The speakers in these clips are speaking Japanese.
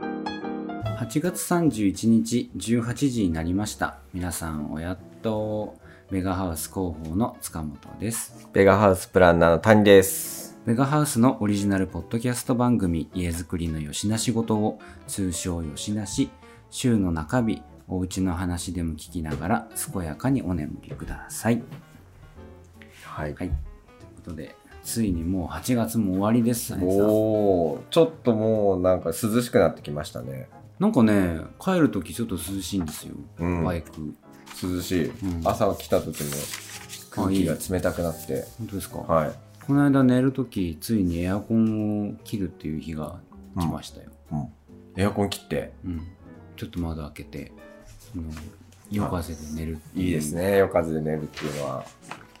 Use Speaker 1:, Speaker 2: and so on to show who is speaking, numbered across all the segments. Speaker 1: 8月31日18時になりました皆さんおやっとメガハウス広報の塚本です
Speaker 2: ベガハウスプランナーの谷です。
Speaker 1: メガハウスのオリジナルポッドキャスト番組家づくりのよしなしごとを通称よしなし週の中日おうちの話でも聞きながら健やかにお眠りください
Speaker 2: はい
Speaker 1: はいということでついにもう8月も終わりですね
Speaker 2: おお、ちょっともうなんか涼しくなってきましたね。
Speaker 1: なんかね帰る時ちょっと涼しいんですよ、
Speaker 2: うん
Speaker 1: バイク
Speaker 2: 涼しい。
Speaker 1: うん
Speaker 2: 朝起きた時も空気が冷たくなって、
Speaker 1: 本当ですか、
Speaker 2: はい。
Speaker 1: この間寝るときついにエアコンを切るっていう日が来ましたよ、
Speaker 2: エアコン切って
Speaker 1: うんちょっと窓開けてその夜風で寝るっていう
Speaker 2: いいですね。夜風で寝るっていうの
Speaker 1: っ
Speaker 2: は、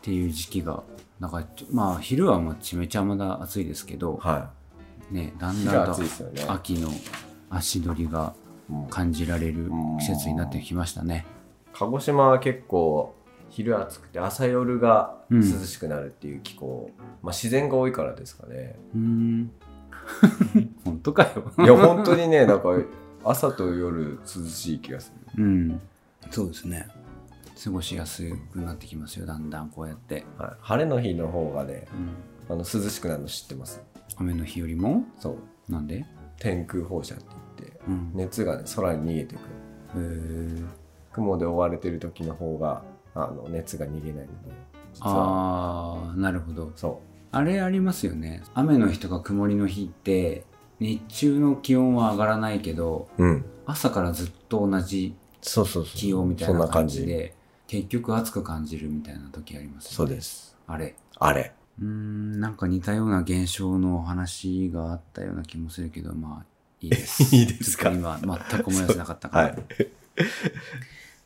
Speaker 1: ていう時期がなんかちょまあ昼はめちゃめちゃまだ暑いですけど、
Speaker 2: は
Speaker 1: ね、だ
Speaker 2: い。
Speaker 1: ん
Speaker 2: 日
Speaker 1: だ
Speaker 2: が
Speaker 1: んと
Speaker 2: 暑いですよね。
Speaker 1: 秋の足取りが
Speaker 2: うん
Speaker 1: 感じられる季節になってきましたね、
Speaker 2: 鹿児島は結構昼暑くて朝夜が涼しくなるっていう気候、まあ自然が多いからですかね。
Speaker 1: うーん本当かよ
Speaker 2: いや本当にね、なんか朝と夜涼しい気がする。
Speaker 1: うんそうですね過ごしやすくなってきますよだんだんこうやって、
Speaker 2: はい、晴れの日の方がね
Speaker 1: うん、
Speaker 2: あの涼しくなるの知ってます
Speaker 1: 雨の日よりも
Speaker 2: そう
Speaker 1: なんで、
Speaker 2: 天空放射って言って
Speaker 1: うん
Speaker 2: 熱がね空に逃げてくる
Speaker 1: へー
Speaker 2: 雲で覆われてる時の方があの熱が逃げないので実は
Speaker 1: あーなるほど
Speaker 2: そ
Speaker 1: あれありますよね雨の日とか曇りの日って日中の気温は上がらないけど
Speaker 2: ううん
Speaker 1: 朝からずっと同じ
Speaker 2: そうそうそう
Speaker 1: 気温みたいな感じ
Speaker 2: そんな感
Speaker 1: で結局暑く感じるみたいな時ありますよね
Speaker 2: そうです
Speaker 1: あれ
Speaker 2: あれ
Speaker 1: うーんなんか似たような現象のお話があったような気もするけどまあいいです
Speaker 2: いいですか
Speaker 1: ちょっと今全く思い出せなかったから、
Speaker 2: はい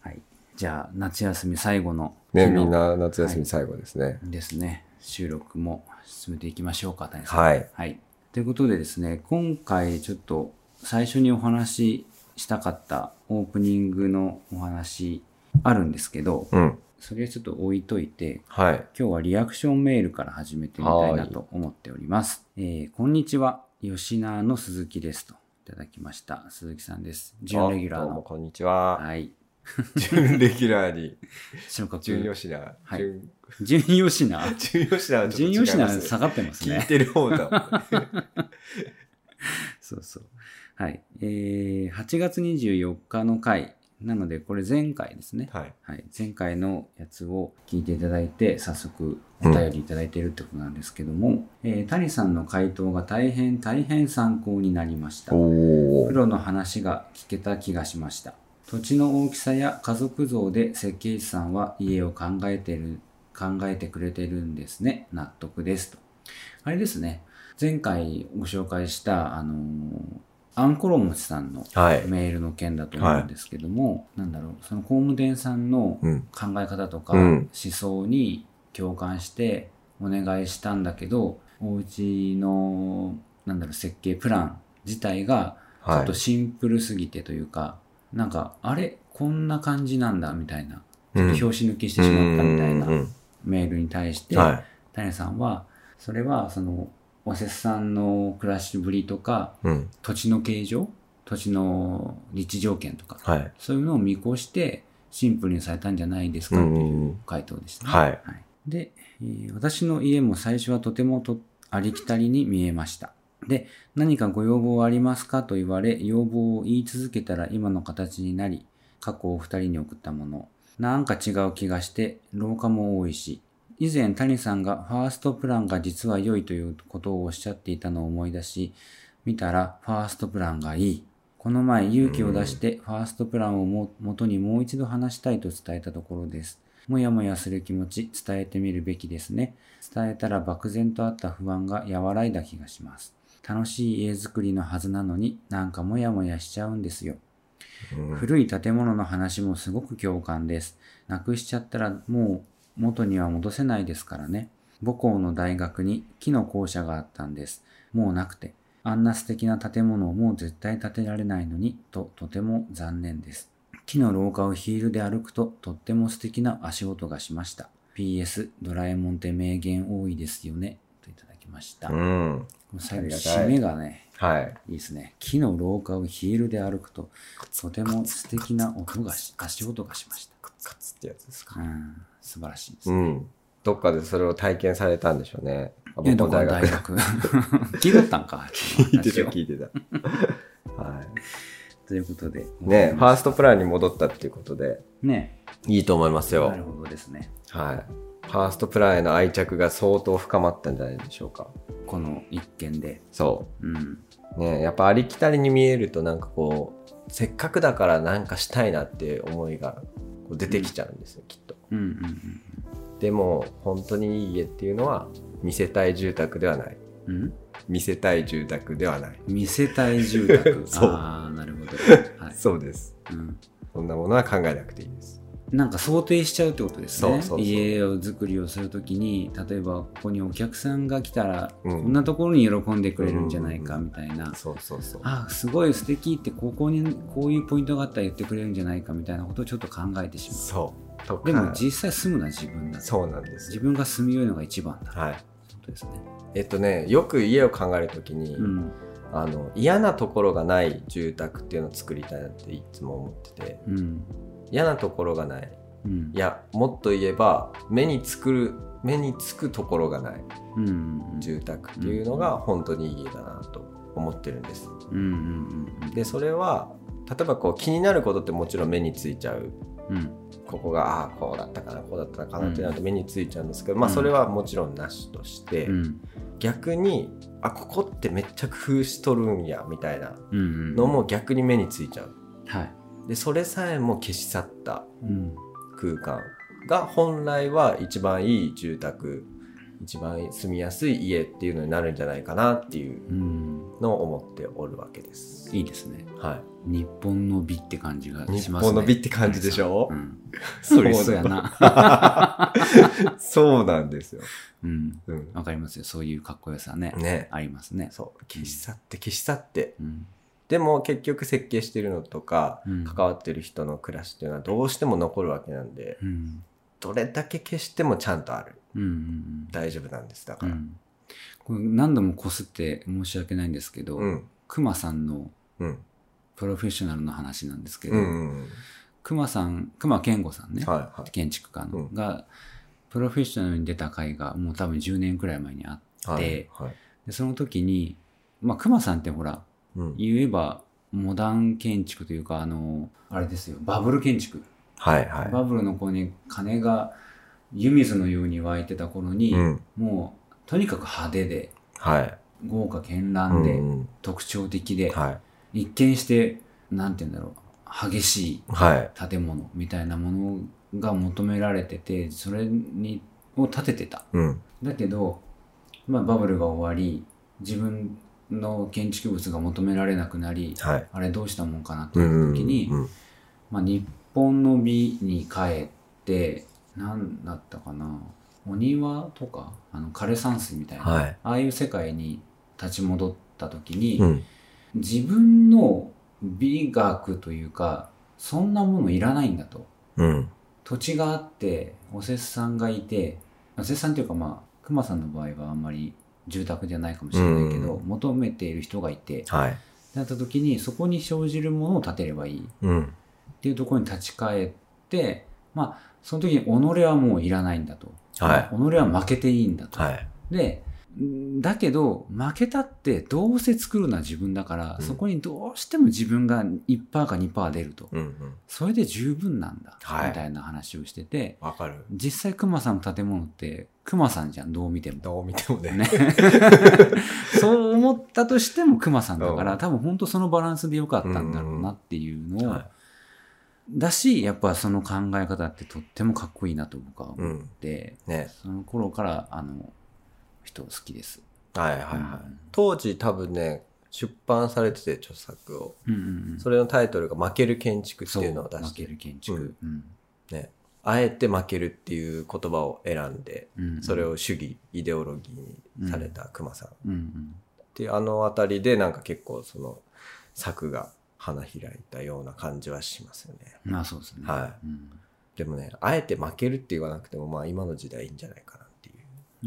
Speaker 1: はいじゃあ夏休み最後の
Speaker 2: ね
Speaker 1: 日の
Speaker 2: みんな夏休み最後ですね
Speaker 1: ですね収録も進めていきましょうか谷さん
Speaker 2: はい、
Speaker 1: はい。ということでですね、今回ちょっと最初にお話ししたかったオープニングのお話あるんですけど、
Speaker 2: うん
Speaker 1: それはちょっと置いといて、
Speaker 2: はい
Speaker 1: 今日はリアクションメールから始めてみたいなと思っております。えーこんにちは。吉永の鈴木ですといただきました。鈴木さんです。準レギュラー
Speaker 2: あどうも
Speaker 1: の。
Speaker 2: こんにちは
Speaker 1: はい。
Speaker 2: 準レギュラーに
Speaker 1: 昇格。
Speaker 2: 準吉田
Speaker 1: はい
Speaker 2: 準
Speaker 1: 準吉永。
Speaker 2: 準吉田はち
Speaker 1: 準
Speaker 2: ょっと違い
Speaker 1: 吉
Speaker 2: ま
Speaker 1: 永
Speaker 2: す
Speaker 1: 下がってますね。
Speaker 2: 聞いてる方だもんね
Speaker 1: そうそう。はい。えー、8月24日の回。なので、これ前回ですね。
Speaker 2: はい
Speaker 1: はい。前回のやつを聞いていただいて、早速お便りいただいているってことなんですけども、えー谷さんの回答が大変大変参考になりました。
Speaker 2: お
Speaker 1: プロの話が聞けた気がしました。土地の大きさや家族像で設計士さんは家を考えてる、考えてくれてるんですね。納得ですと。あれですね。前回ご紹介した、あのーアンコロモチさんの
Speaker 2: はい
Speaker 1: メールの件だと思うんですけども、なんだろう、その工務店さんの
Speaker 2: うん
Speaker 1: 考え方とか
Speaker 2: うん
Speaker 1: 思想に共感してお願いしたんだけど、お家の、なんだろう、設計プラン自体がちょ
Speaker 2: は
Speaker 1: っ
Speaker 2: い
Speaker 1: とシンプルすぎてというか、なんか、あれこんな感じなんだみたいな、
Speaker 2: うん
Speaker 1: 拍子抜きしてしまったみたい
Speaker 2: うんうん
Speaker 1: な
Speaker 2: うん
Speaker 1: メールに対して、
Speaker 2: は
Speaker 1: 谷さんは、それは、その、おせっさんの暮らしぶりとか、
Speaker 2: い。うん。
Speaker 1: 土地の形状、土地の立地条件とか、
Speaker 2: はい。
Speaker 1: そういうのを見越して、シンプルにされたんじゃないですか
Speaker 2: う
Speaker 1: っ
Speaker 2: ん
Speaker 1: て
Speaker 2: うん
Speaker 1: いううん回答でした、
Speaker 2: はい
Speaker 1: で、えー私の家も最初はとてもとありきたりに見えました。で、何かご要望はありますかと言われ、要望を言い続けたら今の形になり、過去を二人に送ったもの。なんか違う気がして、廊下も多いし、以前谷さんがファーストプランが実は良いということをおっしゃっていたのを思い出し、見たらファーストプランがいい。この前勇気を出してファーストプランをも元にもう一度話したいと伝えたところです。もやもやする気持ち伝えてみるべきですね。伝えたら漠然とあった不安が和らいだ気がします。楽しい家づくりのはずなのになんかもやもやしちゃうんですよ。
Speaker 2: うん
Speaker 1: 古い建物の話もすごく共感です。なくしちゃったらもう元には戻せないですからね。母校の大学に木の校舎があったんです。もうなくて。あんな素敵な建物をもう絶対建てられないのに、ととても残念です。木の廊下をヒールで歩くととっても素敵な足音がしました。 PS、ドラえもんって名言多いですよね。といただきました。
Speaker 2: う
Speaker 1: も
Speaker 2: ん。
Speaker 1: う最後、
Speaker 2: ありがたい
Speaker 1: 締めがね、
Speaker 2: はい。
Speaker 1: いいですね。木の廊下をヒールで歩くと、とても素敵な音がし、足音がしまし
Speaker 2: カツカツってやつです
Speaker 1: た。う。ん、素晴らしいです
Speaker 2: う。ん。どっかでそれを体験されたんでしょうね。
Speaker 1: いや
Speaker 2: 僕
Speaker 1: ど
Speaker 2: も
Speaker 1: この
Speaker 2: 大
Speaker 1: 大
Speaker 2: 学で
Speaker 1: 学聞いとったんか。
Speaker 2: 聞いてた、
Speaker 1: 話を
Speaker 2: 聞いてた。はい。
Speaker 1: ということで。
Speaker 2: ね、ファーストプランに戻ったっていうことで、
Speaker 1: ね
Speaker 2: いいと思いますよ
Speaker 1: な。るほどですね。
Speaker 2: はい。ファーストプランへの愛着が相当深まったんじゃないでしょうか。
Speaker 1: この一件で。
Speaker 2: そ
Speaker 1: うん。
Speaker 2: う。ね、やっぱありきたりに見えるとなんかこう、せっかくだからなんかしたいなって思いがこう出てきちゃうんですよ、きっと。
Speaker 1: うんうんうん
Speaker 2: でも、本当にいい家っていうのは、見せたい住宅ではない。。
Speaker 1: うん
Speaker 2: 見せたい住宅ではない。
Speaker 1: 見せたい住宅
Speaker 2: そう
Speaker 1: ああなるほど、はい
Speaker 2: そうです。
Speaker 1: うん、
Speaker 2: そんなものは考えなくていいです。
Speaker 1: なんか想定しちゃうってことですね
Speaker 2: そうそうそう
Speaker 1: 家を作りをするときに例えばここにお客さんが来たら、
Speaker 2: うん
Speaker 1: こんなところに喜んでくれるんじゃないかみたいな、
Speaker 2: そうそうそう。
Speaker 1: あすごい素敵ってここにこういうポイントがあったら言ってくれるんじゃないかみたいなことをちょっと考えてしま
Speaker 2: そう。と
Speaker 1: うでも実際住むのは自分だと
Speaker 2: そうなんです
Speaker 1: 自
Speaker 2: よ。
Speaker 1: 分が住みよいのが一番だって
Speaker 2: はい。
Speaker 1: ことですね、
Speaker 2: えっとね、よく家を考えるときに、
Speaker 1: うん
Speaker 2: あの嫌なところがない住宅っていうのを作りたいなっていつも思ってて
Speaker 1: うん
Speaker 2: 嫌なところがない
Speaker 1: うん
Speaker 2: いやもっと言えば目につくる目につくところがない
Speaker 1: うんうん
Speaker 2: 住宅っていうのが本当にいい家だなと思ってるんです
Speaker 1: うんうんうん
Speaker 2: でそれは例えばこう気になることってもちろん目についちゃう
Speaker 1: うん
Speaker 2: ここがああーこうだったかなこうだったかなってなると目についちゃうんですけど、
Speaker 1: ん
Speaker 2: まあそれはもちろんなしとして、
Speaker 1: うん
Speaker 2: 逆にあここってめっちゃ工夫しとるんやみたいな
Speaker 1: うんうん
Speaker 2: のも逆に目についちゃう
Speaker 1: はい
Speaker 2: でそれさえも消し去った
Speaker 1: うん
Speaker 2: 空間が本来は一番いい住宅一番住みやすい家っていうのになるんじゃないかなっていう
Speaker 1: うん
Speaker 2: のを思っておるわけです。
Speaker 1: いいですね
Speaker 2: は
Speaker 1: 日本の美って感じがし
Speaker 2: い、
Speaker 1: ますね
Speaker 2: 日本の美って感じでしょ、
Speaker 1: うん
Speaker 2: そ
Speaker 1: そりそうやな
Speaker 2: そうなんですよ。
Speaker 1: うん
Speaker 2: うん、
Speaker 1: わかりますよそういうかっこよさね
Speaker 2: ね
Speaker 1: ありますね
Speaker 2: そう消し去って消し去って
Speaker 1: うん
Speaker 2: でも結局設計してるのとか
Speaker 1: うん
Speaker 2: 関わってる人の暮らしっていうのはどうしても残るわけなんで
Speaker 1: うん
Speaker 2: どれだけ消してもちゃんとある
Speaker 1: うんうん
Speaker 2: 大丈夫なんですだか
Speaker 1: う
Speaker 2: ら。
Speaker 1: んこれ何度もこすって申し訳ないんですけど
Speaker 2: うん
Speaker 1: クマさんの
Speaker 2: うん
Speaker 1: プロフェッショナルの話なんですけど
Speaker 2: うん
Speaker 1: クマさんクマ健吾さんね
Speaker 2: はいは
Speaker 1: 建築家の、
Speaker 2: うん
Speaker 1: がプロフェッショナルに出た回がもう多分10年くらい前にあって
Speaker 2: い。はい
Speaker 1: で
Speaker 2: はい
Speaker 1: でその時にまあクマさんってほら
Speaker 2: うん
Speaker 1: 言えばモダン建築というかあのあれですよバブル建築、
Speaker 2: はいは
Speaker 1: バブルの頃に金が湯水のように湧いてた頃
Speaker 2: い。
Speaker 1: に、
Speaker 2: うん
Speaker 1: もうとにかく派手で
Speaker 2: はい。
Speaker 1: 豪華絢爛で、
Speaker 2: うん
Speaker 1: 特徴的で、
Speaker 2: はい
Speaker 1: 一見してなんて言うんだろう激しい
Speaker 2: はい
Speaker 1: 建物みたいなものが求められててそれにを建ててた
Speaker 2: うん
Speaker 1: だけど、まあ、バブルが終わり自分の建築物が求められなくなり
Speaker 2: はい。
Speaker 1: あれどうしたもんかなって
Speaker 2: う
Speaker 1: い
Speaker 2: んうん
Speaker 1: う
Speaker 2: うん
Speaker 1: 時に、
Speaker 2: うん
Speaker 1: まあ、日本の美に帰って何だったかなお庭とかあの枯山水みたいな、
Speaker 2: はい。
Speaker 1: ああいう世界に立ち戻った時に、
Speaker 2: うん
Speaker 1: 自分の美学というかそんなものいらないんだと
Speaker 2: うん
Speaker 1: 土地があっておせっさんがいておせっさんというかまあ熊さんの場合はあんまり住宅じゃないかもしれないけど、
Speaker 2: うん
Speaker 1: 求めている人がいて
Speaker 2: はい。
Speaker 1: なった時にそこに生じるものを建てればいい
Speaker 2: うん
Speaker 1: っていうところに立ち返ってまあその時に己はもういらないんだと、
Speaker 2: はい
Speaker 1: 己は負けていいんだと、
Speaker 2: はい。
Speaker 1: でんだけど負けたってどうせ作るのは自分だから、
Speaker 2: うん
Speaker 1: そこにどうしても自分が1%か2%出ると、
Speaker 2: うんうん
Speaker 1: それで十分なんだ、
Speaker 2: はい
Speaker 1: みたいな話をしてて
Speaker 2: わかる。
Speaker 1: 実際熊さんの建物って熊さんじゃんどう見ても。
Speaker 2: どう見ても ね。
Speaker 1: ね、そう思ったとしても熊さんだから、
Speaker 2: うん
Speaker 1: 多分本当そのバランスでよかったんだろうなっていうのを、
Speaker 2: はい
Speaker 1: だしやっぱその考え方ってとってもかっこいいなと僕は
Speaker 2: う
Speaker 1: 思っ
Speaker 2: ん
Speaker 1: て、
Speaker 2: ね。
Speaker 1: その頃からあの人好きです。
Speaker 2: はいはいはい。当時多分ね出版されてて著作を
Speaker 1: うんうんうん
Speaker 2: それのタイトルが「負ける建築」って
Speaker 1: そう
Speaker 2: いうのを出し
Speaker 1: 負け
Speaker 2: て
Speaker 1: る建築、うん
Speaker 2: ねあえて負けるっていう言葉を選んで
Speaker 1: うん
Speaker 2: それを主義イデオロギーにされた熊さん
Speaker 1: うんうん
Speaker 2: であの辺りでなんか結構その作が花開いたような感じはしますよね。
Speaker 1: まあそうですね、
Speaker 2: はい
Speaker 1: うん
Speaker 2: ででもねあえて負けるって言わなくてもまあ今の時代いいんじゃないかなってい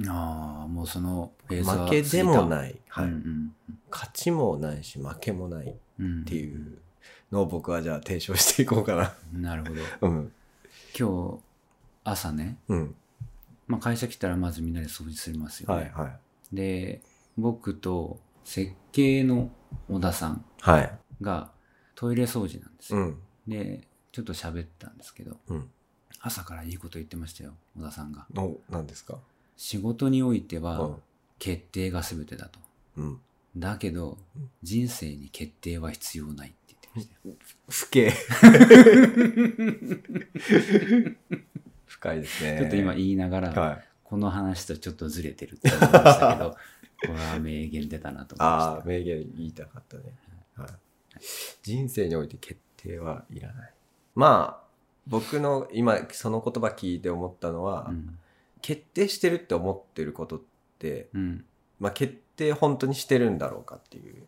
Speaker 1: ああ、もうそのフェー
Speaker 2: う
Speaker 1: ズは
Speaker 2: 負けでも
Speaker 1: い。
Speaker 2: ない、はい
Speaker 1: うん
Speaker 2: 勝ちもないし負けもないっ
Speaker 1: うんうん、って
Speaker 2: いうのを僕はじゃあ提唱していこうかな
Speaker 1: なるほど。
Speaker 2: うん
Speaker 1: 今日、朝ね、
Speaker 2: うん
Speaker 1: まあ、会社来たらまずみんなで掃除しますよ、ね
Speaker 2: はいはい
Speaker 1: で、僕と設計の小田さん
Speaker 2: はい
Speaker 1: がトイレ掃除なんです
Speaker 2: う
Speaker 1: よ。
Speaker 2: ん
Speaker 1: で、ちょっと喋ったんですけど、
Speaker 2: うん
Speaker 1: 朝からいいこと言ってましたよ、小田さんが。
Speaker 2: の何ですか
Speaker 1: 仕事において
Speaker 2: う
Speaker 1: は
Speaker 2: ん
Speaker 1: 決定が全てだと。
Speaker 2: うん
Speaker 1: だけど
Speaker 2: うん、
Speaker 1: 人生に決定は必要ないって言ってましたよ。
Speaker 2: 不敬深いですね
Speaker 1: ちょっと今言いながら、
Speaker 2: はい
Speaker 1: この話とちょっとずれてるって思いました けど、これは名言出たなと思い
Speaker 2: あ
Speaker 1: ま
Speaker 2: あ
Speaker 1: し
Speaker 2: 名言言いたかったね、はい、人生において決定はいらないまあ僕の今その言葉聞いて思ったのは、
Speaker 1: た。うん。
Speaker 2: 決定してるって思ってることって、
Speaker 1: うん。
Speaker 2: まあ、決定本当にしてるんだろうかっていう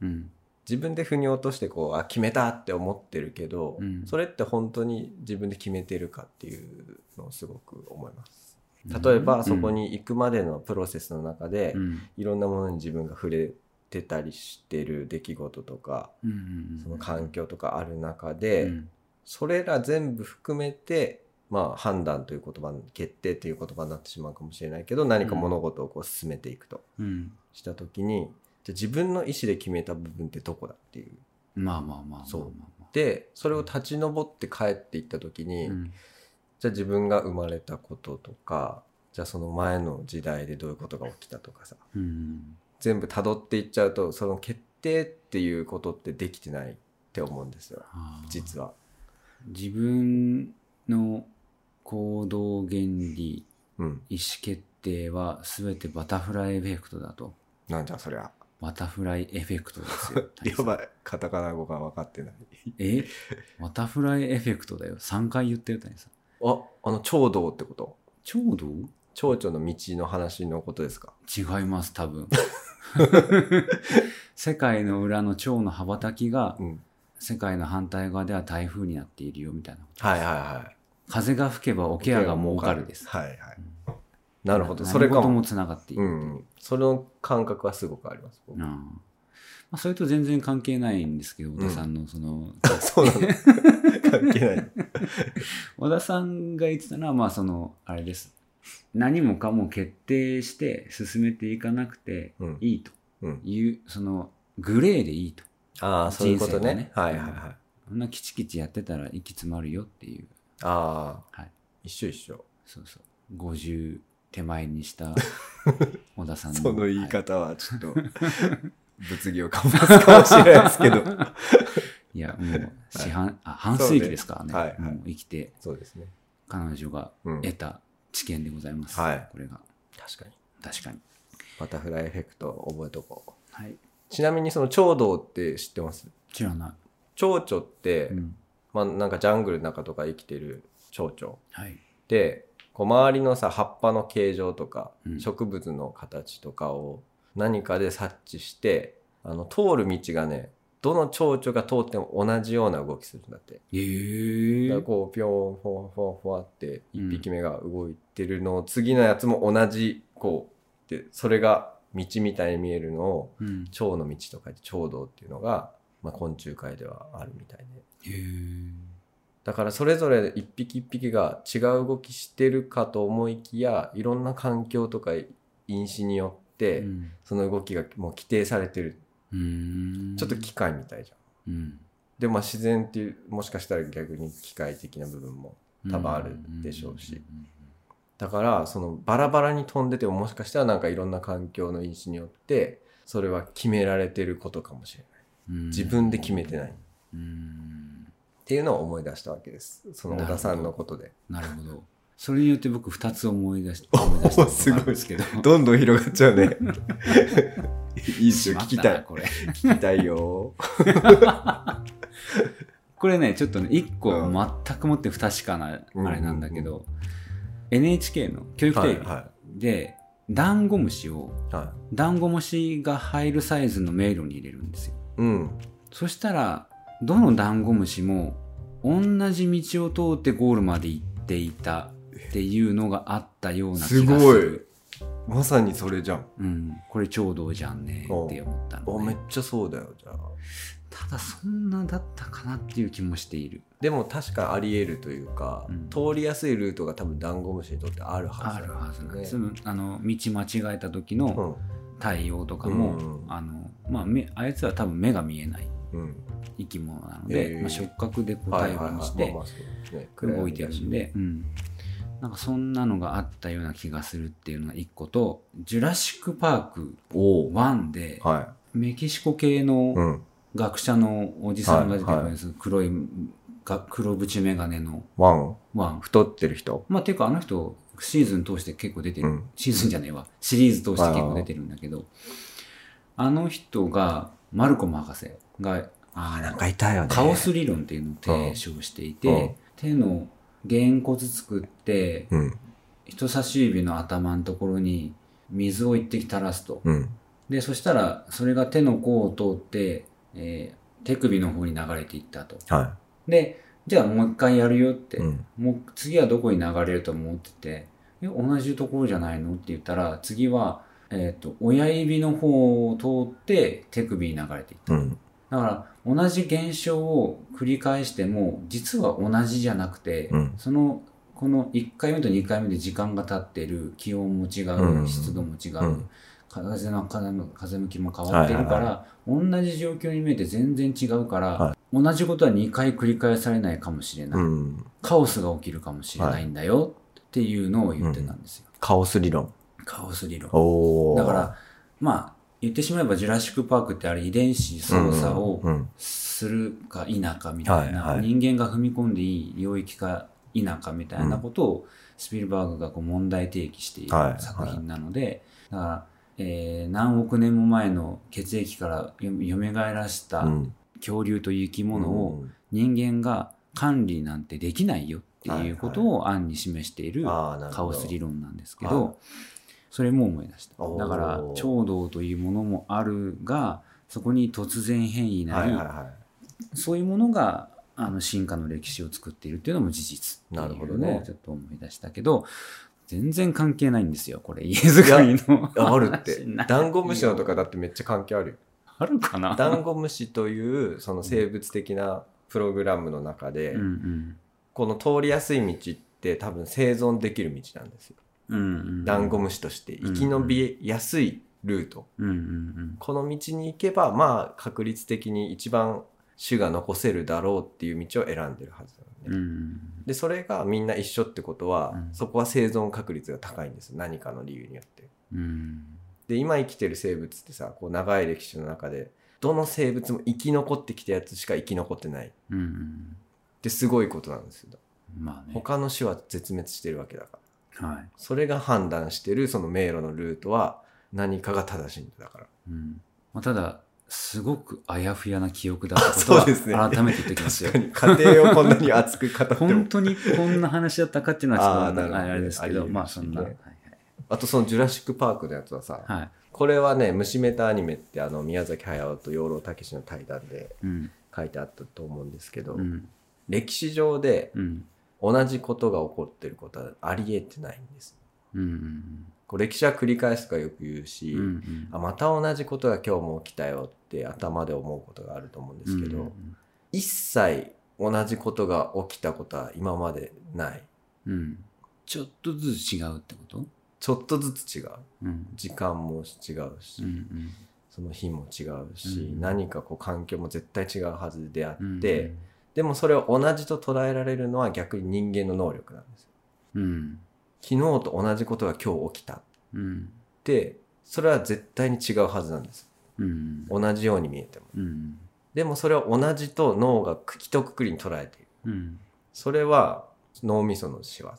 Speaker 1: うん。
Speaker 2: 自分で腑に落としてこうあ決めたって思ってるけど、
Speaker 1: うん
Speaker 2: それって本当に自分で決めてるかっていうのをすごく思います例えば、そこに行くまでのプロセスの中で、
Speaker 1: うん、うん。
Speaker 2: いろんなものに自分が触れてたりしてる出来事とか
Speaker 1: うんうんうん。
Speaker 2: その環境とかある中で、
Speaker 1: うん
Speaker 2: それら全部含めてまあ判断という言葉決定という言葉になってしまうかもしれないけど何か物事をこう進めていくと
Speaker 1: うん。
Speaker 2: した時にじゃあ自分の意思で決めた部分ってどこだっていう
Speaker 1: まあまあまあまあまあまあ。
Speaker 2: そうでそれを立ち上って帰っていった時に、
Speaker 1: うん。
Speaker 2: じゃあ自分が生まれたこととかじゃあその前の時代でどういうことが起きたとかさ
Speaker 1: うん。
Speaker 2: 全部辿っていっちゃうとその決定っていうことってできてないって思うんですよ
Speaker 1: あー
Speaker 2: 実は。
Speaker 1: 自分の行動原理、
Speaker 2: うん、
Speaker 1: 意思決定は全てバタフライエフェクトだと。
Speaker 2: なんじゃそりゃ。。
Speaker 1: バタフライエフェクトですよ
Speaker 2: やばい。カタカナ語が分かってない。
Speaker 1: えバタフライエフェクトだよ。3回言ってる谷さん。
Speaker 2: ああの蝶々ってこと
Speaker 1: ちょうど
Speaker 2: 蝶々の道の話のことですか
Speaker 1: 違います、多分。 世界の裏の蝶の羽ばたきが
Speaker 2: うん。
Speaker 1: 世界の反対側では台風になっているよみたいな。
Speaker 2: はいはいはい。
Speaker 1: 風が吹けば桶屋が儲かるです。
Speaker 2: はいはい。
Speaker 1: うん
Speaker 2: なるほど。それか
Speaker 1: 何事
Speaker 2: も。
Speaker 1: もつながっている
Speaker 2: う
Speaker 1: っていう。
Speaker 2: ん。その感覚はすごくあります。 僕
Speaker 1: ああまあ、それと全然関係ないんですけど、
Speaker 2: ん
Speaker 1: 小田さんのその、
Speaker 2: そうなの。関係ない。
Speaker 1: 小田さんが言ってたのは、まあその、あれです。何もかも決定して進めていかなくて
Speaker 2: うん。
Speaker 1: いいと
Speaker 2: うん、
Speaker 1: いう、その、グレーでいいと。
Speaker 2: ああ、そういうことね。
Speaker 1: 人生
Speaker 2: は
Speaker 1: が
Speaker 2: い
Speaker 1: ね
Speaker 2: はいはい。
Speaker 1: そんなキチキチやってたら息詰まるよっていう。
Speaker 2: ああ、
Speaker 1: はい
Speaker 2: 一緒一緒。
Speaker 1: そうそう。50手前にした小田さん
Speaker 2: その言い
Speaker 1: はい
Speaker 2: 方はちょっと 物議を醸すかもしれないですけど。
Speaker 1: いや、 もう、四半、あ、半世紀ですからね。
Speaker 2: そうねはいはい
Speaker 1: もう生きて、
Speaker 2: そうですね。
Speaker 1: 彼女が
Speaker 2: うん、
Speaker 1: 得た知見でございます。
Speaker 2: はい
Speaker 1: これが、
Speaker 2: 確かに。
Speaker 1: 確かに。
Speaker 2: バタフライエフェクトを覚えとこう。
Speaker 1: はい。
Speaker 2: ちなみにその蝶々って知ってます
Speaker 1: 知らな
Speaker 2: 蝶々って、
Speaker 1: い。うん。
Speaker 2: まあなんかジャングルの中とか生きてる蝶々
Speaker 1: はい。
Speaker 2: でこう周りのさ葉っぱの形状とか、
Speaker 1: うん
Speaker 2: 植物の形とかを何かで察知してあの通る道がねどの蝶々が通っても同じような動きするんだって。
Speaker 1: ええ
Speaker 2: だから
Speaker 1: ー。
Speaker 2: こうピョンフォワフォワフォワって1匹目が動いてるのを、次のやつも同じこうでそれが道みたいに見えるのを
Speaker 1: うん。
Speaker 2: 蝶の道とかで蝶道っていうのが、まあ、昆虫界ではあるみたいで
Speaker 1: へえ。
Speaker 2: だからそれぞれ一匹一匹が違う動きしてるかと思いきやいろんな環境とか因子によって、
Speaker 1: うん
Speaker 2: その動きがもう規定されてる
Speaker 1: うーん。
Speaker 2: ちょっと機械みたいじゃん。
Speaker 1: うん。
Speaker 2: でまあ自然っていうもしかしたら逆に機械的な部分も多分あるでしょうし
Speaker 1: ん。
Speaker 2: だからそのバラバラに飛んでてももしかしたらなんかいろんな環境の因子によってそれは決められてることかもしれない自
Speaker 1: 自
Speaker 2: 分で決めてない。
Speaker 1: うん。
Speaker 2: っていうのを思い出したわけです。その小田さんのことで。
Speaker 1: なるほど。それによって僕2つ思い出 し思い出したことがあるんですけど。
Speaker 2: どんどん広がっちゃう ね。いいっすよ、
Speaker 1: ま
Speaker 2: 聞
Speaker 1: っ
Speaker 2: き
Speaker 1: な
Speaker 2: たい。
Speaker 1: これ。
Speaker 2: 聞きたいよ。
Speaker 1: これね、ちょっとね、1個
Speaker 2: うん
Speaker 1: 全くもって不確かなあれなんだけ
Speaker 2: うん
Speaker 1: ど、NHK の教育テレビで、ダンゴムシを、
Speaker 2: い。は
Speaker 1: ダンゴムシが入るサイズの迷路に入れるんですよ。
Speaker 2: い。うん。
Speaker 1: そしたら、どのダンゴムシも同じ道を通ってゴールまで行っていたっていうのがあったような気がす
Speaker 2: す
Speaker 1: る。
Speaker 2: ごい。まさにそれじゃん。
Speaker 1: うん、これ超道じゃんねって思ったの
Speaker 2: お
Speaker 1: ね、
Speaker 2: めっちゃそうだよ、じゃあ。
Speaker 1: ただそんなだったかなっていう気もしている。
Speaker 2: でも確かあり得るというか、
Speaker 1: うん
Speaker 2: 通りやすいルートが多分ダンゴムシにとってあるはず
Speaker 1: あるはずなんです。
Speaker 2: ね。
Speaker 1: あの道間違えた時
Speaker 2: う
Speaker 1: の
Speaker 2: ん
Speaker 1: 対応とかも、
Speaker 2: うん
Speaker 1: あのまあ目あいつは多分目が見えない
Speaker 2: うん。
Speaker 1: 生き物なので、
Speaker 2: ええ
Speaker 1: まあ、触覚でこう
Speaker 2: はい
Speaker 1: 対
Speaker 2: はいはい。ま
Speaker 1: 応し
Speaker 2: あ
Speaker 1: て
Speaker 2: まあそうね
Speaker 1: 動いてるん。で、うん、なんかそんなのがあったような気がするっていうのが一個と「ジュラシック・パーク
Speaker 2: おお。
Speaker 1: 1」で
Speaker 2: は
Speaker 1: メキシコ系
Speaker 2: い。う
Speaker 1: の
Speaker 2: ん。
Speaker 1: 学者のおじさんが出てくる
Speaker 2: はい
Speaker 1: んです、黒いが黒縁眼鏡の
Speaker 2: ワン。
Speaker 1: ワン。
Speaker 2: 太ってる人。
Speaker 1: まあ、ていうかあの人シーズン通して結構出てる、
Speaker 2: うん
Speaker 1: シーズンじゃねえわシリーズ通して結構出てるんだけどあの人がマルコム博士があの
Speaker 2: なんかいたよね。
Speaker 1: カオス理論っていうのを提唱していて、
Speaker 2: うん
Speaker 1: 手のげんこつ作って
Speaker 2: うん。
Speaker 1: 人差し指の頭のところに水を一滴垂らすと
Speaker 2: うん。
Speaker 1: でそしたらそれが手の甲を通って、えー手首の方に流れていったと
Speaker 2: は
Speaker 1: でじゃあもう一回やるよって
Speaker 2: い。、うん。
Speaker 1: もう次はどこに流れると思ってて、え同じところじゃないのって言ったら、次は、えっ、と、親指の方を通って手首に流れていっ
Speaker 2: うん。
Speaker 1: た。だから、同じ現象を繰り返しても、実は同じじゃなくて、
Speaker 2: うん
Speaker 1: その、この1回目と2回目で時間が経ってる、気温も違
Speaker 2: うんう
Speaker 1: う、
Speaker 2: ん
Speaker 1: 湿度も違う、
Speaker 2: うん
Speaker 1: 風の風の風向きも変わってるから、
Speaker 2: はいは
Speaker 1: 同じ状況に見えて全然違うから、
Speaker 2: は
Speaker 1: 同じことは2回繰り返されないかもしれない。
Speaker 2: うん。
Speaker 1: カオスが起きるかもしれないんだよっていうのを言ってたんですよ。
Speaker 2: カオス理論。
Speaker 1: カオス理論。
Speaker 2: おお。
Speaker 1: だから、まあ、言ってしまえばジュラシック・パークってあれ遺伝子操作を
Speaker 2: うんうん。
Speaker 1: するか否かみたい
Speaker 2: はい
Speaker 1: な、
Speaker 2: はい
Speaker 1: 人間が踏み込んでいい領域か否かみたいなことをスピルバーグがこう問題提起している
Speaker 2: はい
Speaker 1: 作品なので、だから、えー何億年も前の血液からよ蘇らし
Speaker 2: う
Speaker 1: た
Speaker 2: ん。
Speaker 1: 恐竜という生き物を人間が管理なんてできないよっていうことを案に示している
Speaker 2: ああ、なる
Speaker 1: カ
Speaker 2: ほど。
Speaker 1: オス理論なんですけ
Speaker 2: はい
Speaker 1: どそれも思い出した
Speaker 2: おー
Speaker 1: だから聴導というものもあるがそこに突然変異な
Speaker 2: はい
Speaker 1: り
Speaker 2: はいは
Speaker 1: そういうものがあの進化の歴史を作っているっていうのも事実って
Speaker 2: なる
Speaker 1: い
Speaker 2: ほ
Speaker 1: う
Speaker 2: ど
Speaker 1: のを
Speaker 2: ね
Speaker 1: ちょっと思い出したけど全然関係ないんですよこれ家作りの
Speaker 2: い。あるって
Speaker 1: 話ない。
Speaker 2: ダンゴムシのとかだってめっちゃ関係あるよ。
Speaker 1: あるかな
Speaker 2: ダンゴムシというその生物的なプログラムの中で、
Speaker 1: うんうん
Speaker 2: この通りやすい道って多分生存できる道なんですよ。
Speaker 1: うんうん
Speaker 2: ダンゴムシとして生き延びやすいルート。
Speaker 1: うんうん
Speaker 2: この道に行けば、まあ確率的に一番種が残せるだろうっていう道を選んでるはずだよね。
Speaker 1: うんうん
Speaker 2: でそれがみんな一緒ってことは、
Speaker 1: うん
Speaker 2: そこは生存確率が高いんです何かの理由によって。
Speaker 1: うん
Speaker 2: で今生きてる生物ってさこう長い歴史の中でどの生物も生き残ってきたやつしか生き残ってないっ
Speaker 1: うんうん
Speaker 2: てすごいことなんですよ。
Speaker 1: まあね。
Speaker 2: 他の種は絶滅してるわけだから
Speaker 1: はい。
Speaker 2: それが判断してるその迷路のルートは何かが正しいんだから。
Speaker 1: うん。まあ、ただ、すごくあやふやな記憶だったことは、
Speaker 2: そうですね
Speaker 1: 改めて言っておきますよ。
Speaker 2: 確かに家庭をこんなに熱く語っても
Speaker 1: 本当にこんな話だったかっていうのは、
Speaker 2: あー
Speaker 1: ちょっと
Speaker 2: なるほどね
Speaker 1: あれですけ
Speaker 2: あ
Speaker 1: ど、
Speaker 2: りえる
Speaker 1: まあそんな。は
Speaker 2: し
Speaker 1: い
Speaker 2: ねあとその「ジュラシック・パーク」のやつはさ、
Speaker 1: はい。はい。
Speaker 2: これはね虫メタアニメってあの宮崎駿と養老孟司の対談で
Speaker 1: うん。
Speaker 2: 書いてあったと思うんですけど、
Speaker 1: うん。
Speaker 2: 歴史上で
Speaker 1: うん。
Speaker 2: 同じことが起こってることはありえてないんです。
Speaker 1: うん。うん。
Speaker 2: こう歴史は繰り返すとかよく言うし、
Speaker 1: うんうん。
Speaker 2: あまた同じことが今日も起きたよって頭で思うことがあると思うんですけど、
Speaker 1: うん
Speaker 2: 一切同じことが起きたことは今までない。
Speaker 1: うん。うん。ちょっとずつ違うってこと
Speaker 2: ちょっとずつ違う。
Speaker 1: うん。
Speaker 2: 時間も違うし、
Speaker 1: うん。うん。
Speaker 2: その日も違うし、
Speaker 1: うん
Speaker 2: 何かこう環境も絶対違うはずであって、
Speaker 1: うん。
Speaker 2: でもそれを同じと捉えられるのは逆に人間の能力なんですよ。
Speaker 1: うん。
Speaker 2: 昨日と同じことが今日起きたっ
Speaker 1: うん。
Speaker 2: て、それは絶対に違うはずなんです。
Speaker 1: うん。
Speaker 2: 同じように見えても。
Speaker 1: うん。
Speaker 2: でもそれを同じと脳がくきとくくりに捉えている。
Speaker 1: うん。
Speaker 2: それは脳みその仕業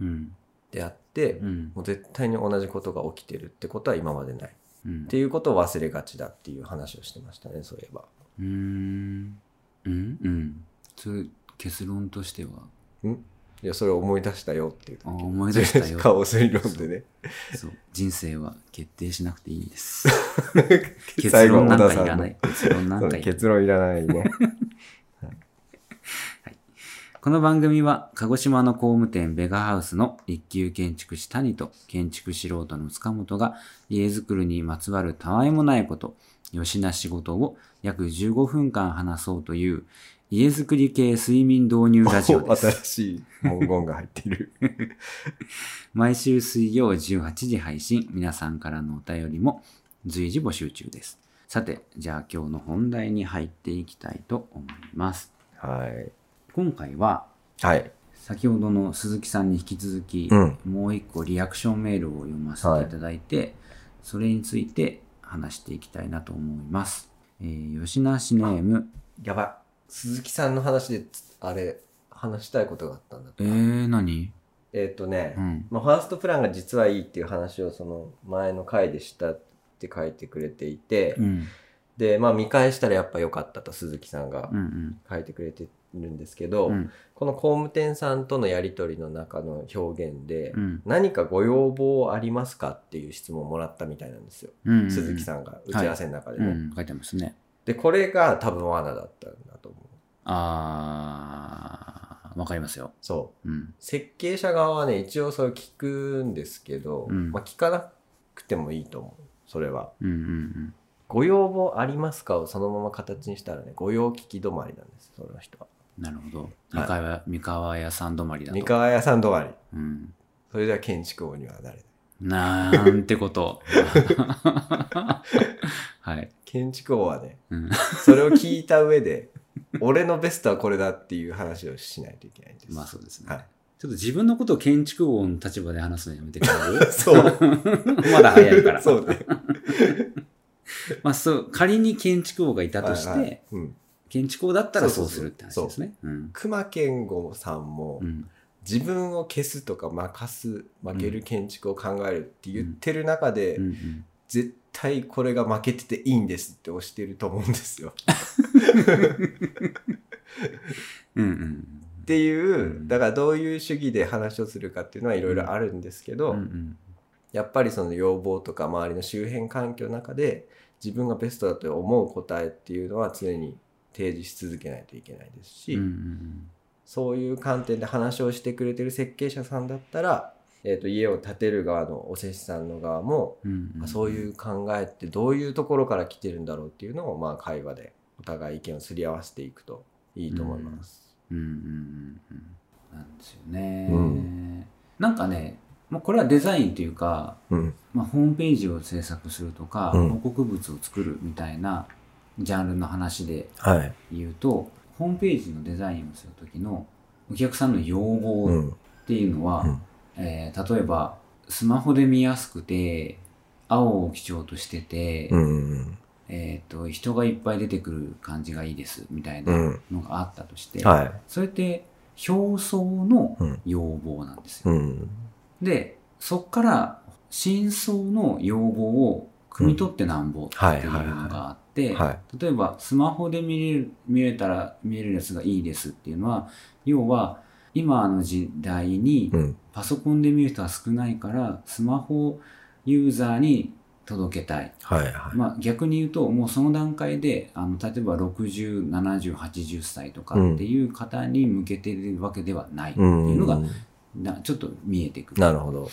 Speaker 1: うん。
Speaker 2: であって、
Speaker 1: うん。
Speaker 2: もう絶対に同じことが起きてるってことは今までない。っ
Speaker 1: うん。
Speaker 2: ていうことを忘れがちだっていう話をしてましたね、そういえば。
Speaker 1: うーん。うんうん。それ、結論としては、
Speaker 2: いや、それを思い出したよっていう。
Speaker 1: あ思い出したよ
Speaker 2: カオス理論でね。
Speaker 1: そう。人生は決定しなくていいんです。結
Speaker 2: 最後
Speaker 1: 論なん
Speaker 2: 小
Speaker 1: かい
Speaker 2: 田さんの
Speaker 1: らない。結論なんかいらない。
Speaker 2: 結論いらないね。
Speaker 1: この番組は、鹿児島の工務店ベガハウスの一級建築士谷と建築素人の塚本が、家づくりにまつわるたわいもないこと、よしな仕事を約15分間話そうという、家づくり系睡眠導入ラジオです。
Speaker 2: 新しい文言が入ってい る。
Speaker 1: 毎週水曜18時配信、皆さんからのお便りも随時募集中です。さて、じゃあ今日の本題に入っていきたいと思います。
Speaker 2: はい。
Speaker 1: 今回は、
Speaker 2: はい。
Speaker 1: 先ほどの鈴木さんに引き続き、
Speaker 2: うん
Speaker 1: もう一個リアクションメールを読ませていただいて、それについて話していきたいなと思います。えー、吉名市ネーム、
Speaker 2: やばい。鈴木さんの話で、つあれ、話したいことがあったんだ。
Speaker 1: えー、何
Speaker 2: えっ、とね、
Speaker 1: うん。
Speaker 2: まあ、ファーストプランが実はいいっていう話をその前の回でしたって書いてくれていて、
Speaker 1: うん。
Speaker 2: で、まあ見返したらやっぱ良かったと鈴木さんが
Speaker 1: うん。
Speaker 2: 書いてくれてるんですけど、
Speaker 1: うん。
Speaker 2: この工務店さんとのやり取りの中の表現で、
Speaker 1: うん。
Speaker 2: 何かご要望ありますかっていう質問をもらったみたいなんですよ、
Speaker 1: うん。
Speaker 2: 鈴木
Speaker 1: ん。
Speaker 2: さんが打ち合わせの中で
Speaker 1: う
Speaker 2: ね、
Speaker 1: ん。書いてますね。
Speaker 2: でこれが多分罠だったんだと思う
Speaker 1: あー、わかりますよ。
Speaker 2: そう
Speaker 1: うん。
Speaker 2: 設計者側はね一応それ聞くんですけど、
Speaker 1: うん
Speaker 2: まあ、聞かなくてもいいと思うそれは
Speaker 1: うんうん
Speaker 2: ご要望ありますかをそのまま形にしたらねご用聞き止まりなんですその人は
Speaker 1: うん。なるほど。三河,、三河屋さん止まりだと。
Speaker 2: 三河屋さん止まり
Speaker 1: うん。
Speaker 2: それでは建築王にはなれない
Speaker 1: なんて こと。 はい。
Speaker 2: 建築王はね
Speaker 1: うん。
Speaker 2: それを聞いた上 で俺のベストはこれだっていう話をしないといけないんです、
Speaker 1: まあそうですね。
Speaker 2: はい
Speaker 1: ちょっと自分のことを建築王の立場で話すのやめてくれ
Speaker 2: そう
Speaker 1: る まだ早いから。
Speaker 2: そうね。
Speaker 1: まあそう、仮に建築王がいたとして、
Speaker 2: はいはいうん
Speaker 1: 建築王だったらそうするって話ですね。うん。
Speaker 2: 熊健吾さんも、
Speaker 1: うん。
Speaker 2: 自分を消すとか任す負ける建築を考えるって言ってる中で、
Speaker 1: うんうん。
Speaker 2: 絶対これが負けてていいんですって押してると思うんですよ。
Speaker 1: うんうん。
Speaker 2: っていう、
Speaker 1: うん
Speaker 2: だからどういう主義で話をするかっていうのはいろいろあるんですけど、
Speaker 1: うんうん
Speaker 2: やっぱりその要望とか周りの周辺環境の中で自分がベストだと思う答えっていうのは常に提示し続けないといけないですし、
Speaker 1: うんうん
Speaker 2: そういう観点で話をしてくれてる設計者さんだったら、えー、と家を建てる側のお施主さんの側も、
Speaker 1: うん
Speaker 2: あそういうう考えってどういうところから来てるんだろうっていうのを、まあ、会話でお互い意見をすり合わせていくといいと思います。
Speaker 1: うんうんうんうんなんですよね、
Speaker 2: うん
Speaker 1: なんかね、まあ、これはデザインというか、
Speaker 2: うん、
Speaker 1: まあ、ホームページを制作するとか、
Speaker 2: うん
Speaker 1: 広告物を作るみたいなジャンルの話で
Speaker 2: はい、
Speaker 1: 言うとホームページのデザインをする時のお客さんの要
Speaker 2: う
Speaker 1: 望
Speaker 2: ん
Speaker 1: っていうのは、
Speaker 2: うん
Speaker 1: えー例えばスマホで見やすくて青を基調としてて、
Speaker 2: うん
Speaker 1: えー、と人がいっぱい出てくる感じがいいですみたいな
Speaker 2: うん
Speaker 1: のがあったとして、
Speaker 2: は
Speaker 1: それって表層の要望なんです
Speaker 2: い、
Speaker 1: よ。
Speaker 2: うん
Speaker 1: で、そっから真相の要望を汲み取ってなんぼっていうのがあって、
Speaker 2: は
Speaker 1: 例えばスマホで見れる、見れたら見れるやつがいいですっていうのは、要は今の時代に
Speaker 2: い、うん
Speaker 1: パソコンで見る人は少ないから、スマホユーザーに届けたい。
Speaker 2: はいは
Speaker 1: まあ、逆に言うともうその段階であの例えば607080歳とかっていう方に向けてるわけではないっていうのが、なちょっと見えてくる。
Speaker 2: なるほど。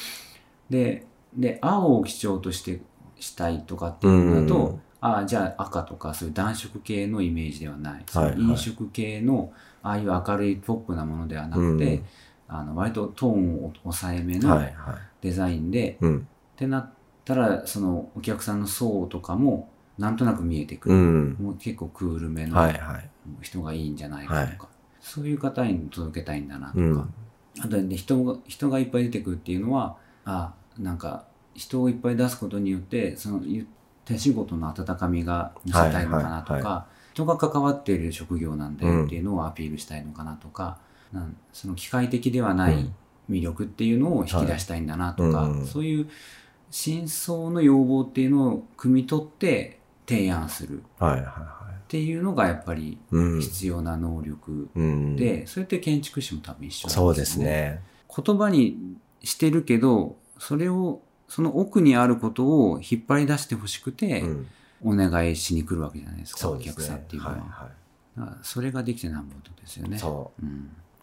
Speaker 1: でで青を基調としてしたいとかっていうのだと、ああじゃあ赤とかそういう暖色系のイメージではない、その飲食系のああいう明るいポップなものではなくて、
Speaker 2: うん
Speaker 1: あの割とトーンを抑えめ
Speaker 2: は
Speaker 1: の
Speaker 2: いはい、
Speaker 1: デザインで、
Speaker 2: うん
Speaker 1: ってなったらそのお客さんの層とかもなんとなく見えてく
Speaker 2: う
Speaker 1: る、
Speaker 2: ん、
Speaker 1: もう結構クールめ
Speaker 2: は
Speaker 1: の
Speaker 2: いはい、
Speaker 1: 人がいいんじゃないかとか、そういう方に届けたいんだなとか、
Speaker 2: うん
Speaker 1: あとね人が人がいっぱい出てくるっていうのはあなんか人をいっぱい出すことによってその言手仕事の温かみが見せたいのかなとか、
Speaker 2: はいはい
Speaker 1: 人が関わっている職業なんだよっていうのをアピールしたいのかなとか、なんその機械的ではな
Speaker 2: う
Speaker 1: い
Speaker 2: ん
Speaker 1: 魅力っていうのを引き出したいんだなとか、
Speaker 2: はいうん
Speaker 1: そういう真相の要望っていうのを汲み取って提案するっ
Speaker 2: はいはいは
Speaker 1: ていうのがやっぱり
Speaker 2: い、うん
Speaker 1: 必要な能力
Speaker 2: うん、
Speaker 1: で、それって建築士も多分一緒なん
Speaker 2: そうですね。
Speaker 1: 言葉にしてるけど、それを、その奥にあることを引っ張り出してほしくて、
Speaker 2: うん
Speaker 1: お願いしに来るわけじゃないですか、
Speaker 2: そう
Speaker 1: お
Speaker 2: ですね
Speaker 1: 客さんっていうの
Speaker 2: は
Speaker 1: は。
Speaker 2: いは
Speaker 1: だからそれができてなんぼってことですよ
Speaker 2: い
Speaker 1: ね。
Speaker 2: そう
Speaker 1: うん。
Speaker 2: っ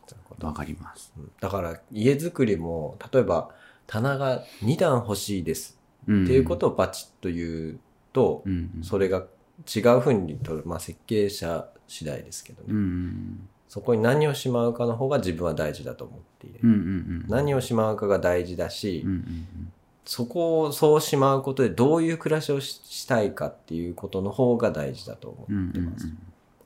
Speaker 2: てのこと
Speaker 1: わかります。
Speaker 2: うんだから家づくりも例えば棚が2段欲しいです
Speaker 1: うん
Speaker 2: っていうことをバチッと言うと、
Speaker 1: うんうん。
Speaker 2: それが違うふうにとる、まあ、設計者次第ですけどね、
Speaker 1: うんうん
Speaker 2: そこに何をしまうかの方が自分は大事だと思っている、
Speaker 1: うん。うんうんうん。
Speaker 2: 何をしまうかが大事だし、
Speaker 1: うんうん
Speaker 2: そこをそうしまうことでどういう暮らしをししたいかっていうことの方が大事だと思
Speaker 1: うん。うん
Speaker 2: って
Speaker 1: うん
Speaker 2: ます、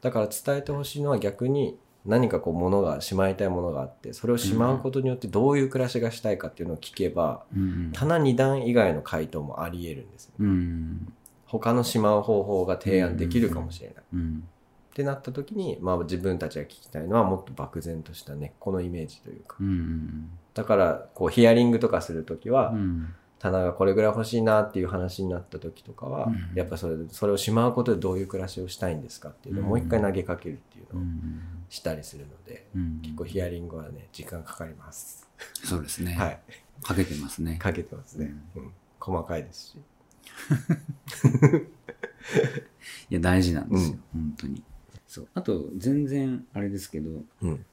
Speaker 2: だから伝えてほしいのは逆に何かこう物がしまいたいものがあってそれをしまうことによってどういう暮らしがしたいかっていうのを聞けば
Speaker 1: うんうん。
Speaker 2: 棚2段以外の回答もあり得るんですよ
Speaker 1: うん
Speaker 2: 他のしまう方法が提案できるかもしれない、
Speaker 1: うん。
Speaker 2: ってなった時に、まあ、自分たちが聞きたいのはもっと漠然とした根っこのイメージというか
Speaker 1: うんうん
Speaker 2: だからこうヒアリングとかする時は、
Speaker 1: うん。うん
Speaker 2: 棚がこれぐらい欲しいなっていう話になった時とかは、
Speaker 1: うん
Speaker 2: やっぱそれそれをしまうことでどういう暮らしをしたいんですかっていうのをもう一回投げかけるっていう
Speaker 1: う
Speaker 2: のを
Speaker 1: ん
Speaker 2: したりするので、
Speaker 1: うん。
Speaker 2: 結構ヒアリングはね時間かかります、
Speaker 1: そうですね。
Speaker 2: はい
Speaker 1: かけてますね。
Speaker 2: かけてますね、うん、細かいですし
Speaker 1: いや、大事なんですよ。
Speaker 2: うん
Speaker 1: 本当に。そう。あと、全然、あれですけど、
Speaker 2: うん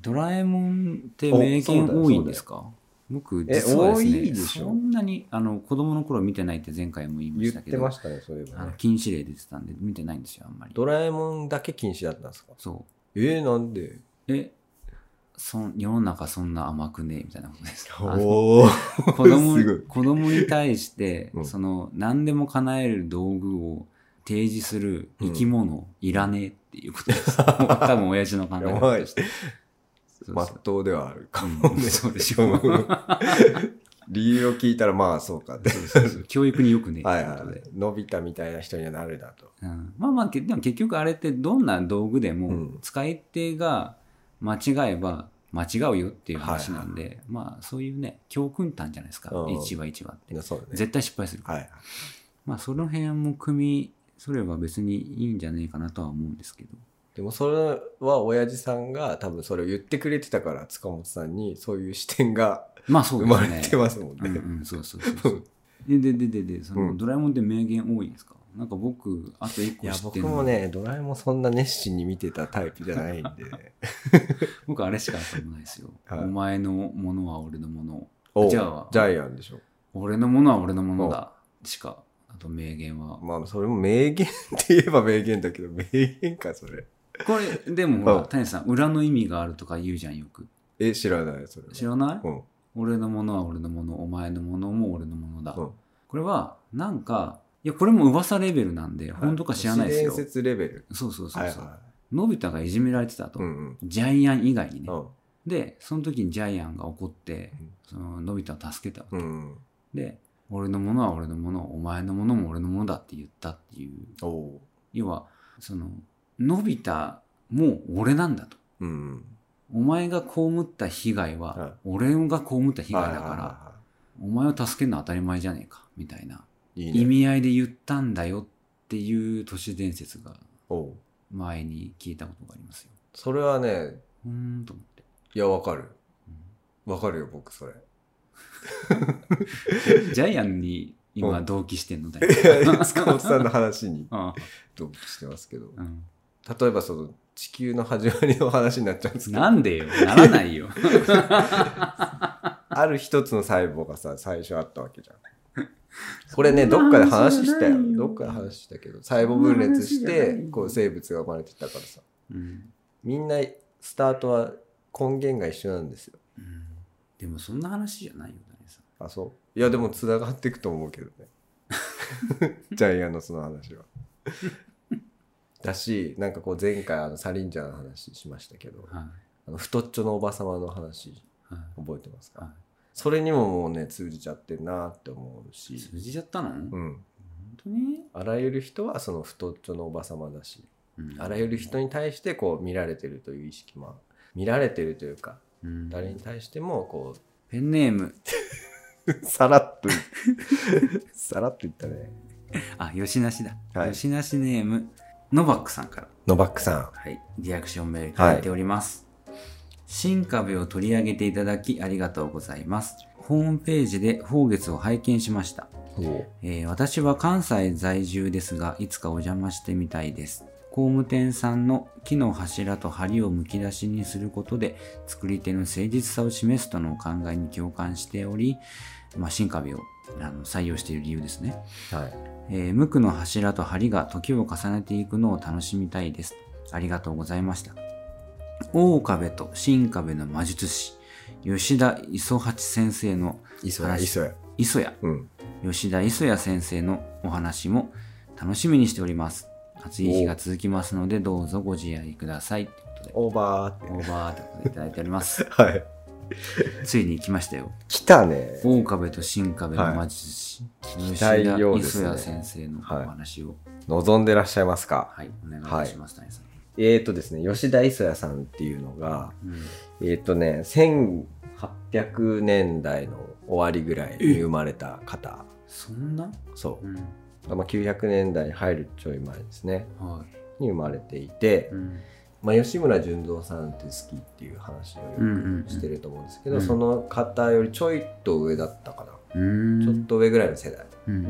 Speaker 1: ドラえもんって
Speaker 2: お
Speaker 1: 名言
Speaker 2: そうだよ
Speaker 1: 多いんですか僕、
Speaker 2: え
Speaker 1: 実はです
Speaker 2: 多い
Speaker 1: ね、
Speaker 2: でしょ
Speaker 1: そんなに、あの、子供の頃見てないって前回も言いまし
Speaker 2: 言った
Speaker 1: け
Speaker 2: て
Speaker 1: ど、
Speaker 2: ましたねそういえば
Speaker 1: あの
Speaker 2: ね
Speaker 1: 禁止令出てたんで、見てないんですよ、あんまり。
Speaker 2: ドラえもんだけ禁止だったんですか
Speaker 1: そ
Speaker 2: えー、なんで
Speaker 1: う。え、そん世の中そんな甘くねえみたいなことです。あの
Speaker 2: おお
Speaker 1: 子供
Speaker 2: すごい
Speaker 1: 子供に対して、
Speaker 2: うん
Speaker 1: その何でも叶える道具を提示する生き物、いらねえっていうこと です。多分親父の考え
Speaker 2: や
Speaker 1: 方
Speaker 2: ば
Speaker 1: と
Speaker 2: い
Speaker 1: して。そう
Speaker 2: ま
Speaker 1: そ
Speaker 2: っとうではあるか
Speaker 1: う
Speaker 2: も
Speaker 1: うん
Speaker 2: ね
Speaker 1: そうでしょう。
Speaker 2: 理由を聞いたらま あそうかって
Speaker 1: 教育によくねえ
Speaker 2: はい
Speaker 1: って
Speaker 2: は
Speaker 1: ことで。
Speaker 2: い伸びたみたいな人にはなるだと
Speaker 1: うんまあまあ、けでも結局あれってどんな道具で
Speaker 2: う
Speaker 1: も
Speaker 2: ん
Speaker 1: 使い手が間違えば間違うよっていう話なんで、まあそういうね、教訓たんじゃないですか。
Speaker 2: うん
Speaker 1: 一話一話って。
Speaker 2: そうだね
Speaker 1: 絶対失敗するから。
Speaker 2: はいはい
Speaker 1: まあその辺も組みそれば別にいいんじゃねえかなとは思うんですけど。
Speaker 2: でもそれは親父さんが多分それを言ってくれてたから塚本さんにそういう視点が
Speaker 1: まあそう
Speaker 2: 生
Speaker 1: です
Speaker 2: ま
Speaker 1: ね。
Speaker 2: れてますもん
Speaker 1: う
Speaker 2: ね。
Speaker 1: んうん、そうそうそうそう。で、で、で、で、で、そうの、
Speaker 2: ん
Speaker 1: ドラえもんって名言多いんですかなんか僕、あと一
Speaker 2: い
Speaker 1: 個
Speaker 2: や
Speaker 1: 知っ
Speaker 2: 僕
Speaker 1: てるの
Speaker 2: も、ねドラえもんそんな熱心に見てたタイプじゃない んで、
Speaker 1: 僕あれしか頭ないですよ。
Speaker 2: はい
Speaker 1: お前のものは俺のもの。
Speaker 2: お
Speaker 1: じゃあ
Speaker 2: ジャイアンでしょ。
Speaker 1: 俺のものは俺のものだ。しか、あと名言は。
Speaker 2: まあそれも名言って言えば名言だ けど名言かそれ。
Speaker 1: こ れ、でもほ
Speaker 2: う
Speaker 1: ら、
Speaker 2: ん
Speaker 1: 谷さん、裏の意味があるとか言うじゃん、よく。
Speaker 2: え知らないそれは。
Speaker 1: 知らない
Speaker 2: うん
Speaker 1: 俺のものは俺のもの、お前のものも俺のものだ。
Speaker 2: うん
Speaker 1: これは、なんか、いや、これも噂レベルなんで、本当か知らないですよ
Speaker 2: 都市。伝説レベル。
Speaker 1: そうそう
Speaker 2: は
Speaker 1: そ
Speaker 2: いうはい
Speaker 1: そう。。のび太がいじめられてたと
Speaker 2: う。ん
Speaker 1: ジャイアン以外にね
Speaker 2: う。ん
Speaker 1: で、その時にジャイアンが怒って
Speaker 2: うん、
Speaker 1: そののび太を助けたわけ
Speaker 2: うんうん。
Speaker 1: で、俺のものは俺のもの、お前のものも俺のものだって言ったっていう。
Speaker 2: おお
Speaker 1: 要は、その、のび太も俺なんだと。
Speaker 2: ー。うん。
Speaker 1: お前が被った被害は、俺が被った被害だ
Speaker 2: はいはい
Speaker 1: か
Speaker 2: は
Speaker 1: ら、お前を助けるのは当たり前じゃねえか、みたいない
Speaker 2: はい。い
Speaker 1: 意
Speaker 2: いね。
Speaker 1: 味合いで言ったんだよっていう都市伝説が
Speaker 2: おおー。
Speaker 1: 前に聞いたことがありますよ。
Speaker 2: それはね
Speaker 1: うーんと思って。
Speaker 2: いやわかる。
Speaker 1: うん
Speaker 2: わかるよ、僕、 それ。
Speaker 1: ジャイアンに今同期してんのだよ。
Speaker 2: 塚本さんの話に
Speaker 1: あ
Speaker 2: 同期してますけど。
Speaker 1: あうん
Speaker 2: 例えば、その、地球の始まりの話になっちゃうんですけど、
Speaker 1: なんでよ。ならないよ。
Speaker 2: ある一つの細胞がさ、最初あったわけじ ゃん。これね、どっかで話したよ
Speaker 1: そんな話じゃない。よ
Speaker 2: どっかで話したけど、細胞分裂し
Speaker 1: そんな話じゃ
Speaker 2: て
Speaker 1: ない、よ
Speaker 2: こう、生物が生まれてったからさ。
Speaker 1: うん
Speaker 2: みんな、スタートは根源が一緒なんですよ。
Speaker 1: うんでもそんな話じゃないよ、谷さん。
Speaker 2: あ、そう。いや、でも、繋がっていくと思うけどね。 ジャイアンのその話は。だし、なんかこう、前回、あの、サリンジャーの話しましたけど、
Speaker 1: は
Speaker 2: あの太っちょのおばさまの話、
Speaker 1: い。は
Speaker 2: 覚えてます
Speaker 1: い。
Speaker 2: か
Speaker 1: は
Speaker 2: それにももうね、通じちゃってるなって思う
Speaker 1: い。
Speaker 2: し、
Speaker 1: 通じちゃったの
Speaker 2: う
Speaker 1: 本
Speaker 2: ん。
Speaker 1: 当に
Speaker 2: あらゆる人は、その太っちょのおばさまだし、あらゆる人に対して、こう、見られてるという意識も、見られてるというか、
Speaker 1: うん
Speaker 2: 誰に対しても、こう、
Speaker 1: ペンネーム。
Speaker 2: さらっと、 さらっと言ったね。
Speaker 1: あ、吉なしだ。
Speaker 2: はい
Speaker 1: 吉なしネーム、ノバックさんから。
Speaker 2: ノバックさん。
Speaker 1: はい。リアクションメールいただいております。新壁を取り上げていただきありがとうございます。ホームページで宝月を拝見しました。
Speaker 2: お
Speaker 1: えー私は関西在住ですが、いつかお邪魔してみたいです。工務店さんの木の柱と梁をむき出しにすることで作り手の誠実さを示すとのお考えに共感しており、まあ、新壁をあの採用している理由ですね、
Speaker 2: はい。
Speaker 1: えー無垢の柱と梁が時を重ねていくのを楽しみたいですありがとうございました大壁と新壁の魔術師吉田磯八先生の
Speaker 2: 磯や、
Speaker 1: 話
Speaker 2: 磯や。
Speaker 1: 磯谷
Speaker 2: うん。
Speaker 1: 吉田磯谷先生のお話も楽しみにしております。暑い日が続きますので、どうぞご自愛ください。ということで、
Speaker 2: オーバーっ
Speaker 1: オーバーということでいただいており ます。
Speaker 2: て。はい。
Speaker 1: ついに行きましたよ。
Speaker 2: 来たね。
Speaker 1: 大壁と新壁の魔術師、
Speaker 2: 聞き
Speaker 1: 吉
Speaker 2: た
Speaker 1: 田
Speaker 2: いようです
Speaker 1: 磯
Speaker 2: ね
Speaker 1: 谷先生のお話を、
Speaker 2: 望んでらっしゃいますか
Speaker 1: はい、お願いします、谷さん。
Speaker 2: えーとですね、吉田磯也さんっていうのが、
Speaker 1: うん
Speaker 2: えーとね、1800年代の終わりぐらいに生まれた方。
Speaker 1: そんな、
Speaker 2: そうう。
Speaker 1: ん、
Speaker 2: まあ、900年代に入るちょい前ですね。
Speaker 1: はい。
Speaker 2: に生まれていて
Speaker 1: う、ん、
Speaker 2: まあ、吉村純三さんって好きっていう話をよ
Speaker 1: うんうんうん
Speaker 2: くしてると思うんですけど、
Speaker 1: うん
Speaker 2: その方よりちょいと上だったかな。
Speaker 1: うーん、
Speaker 2: ちょっと上ぐらいの世代。
Speaker 1: うん、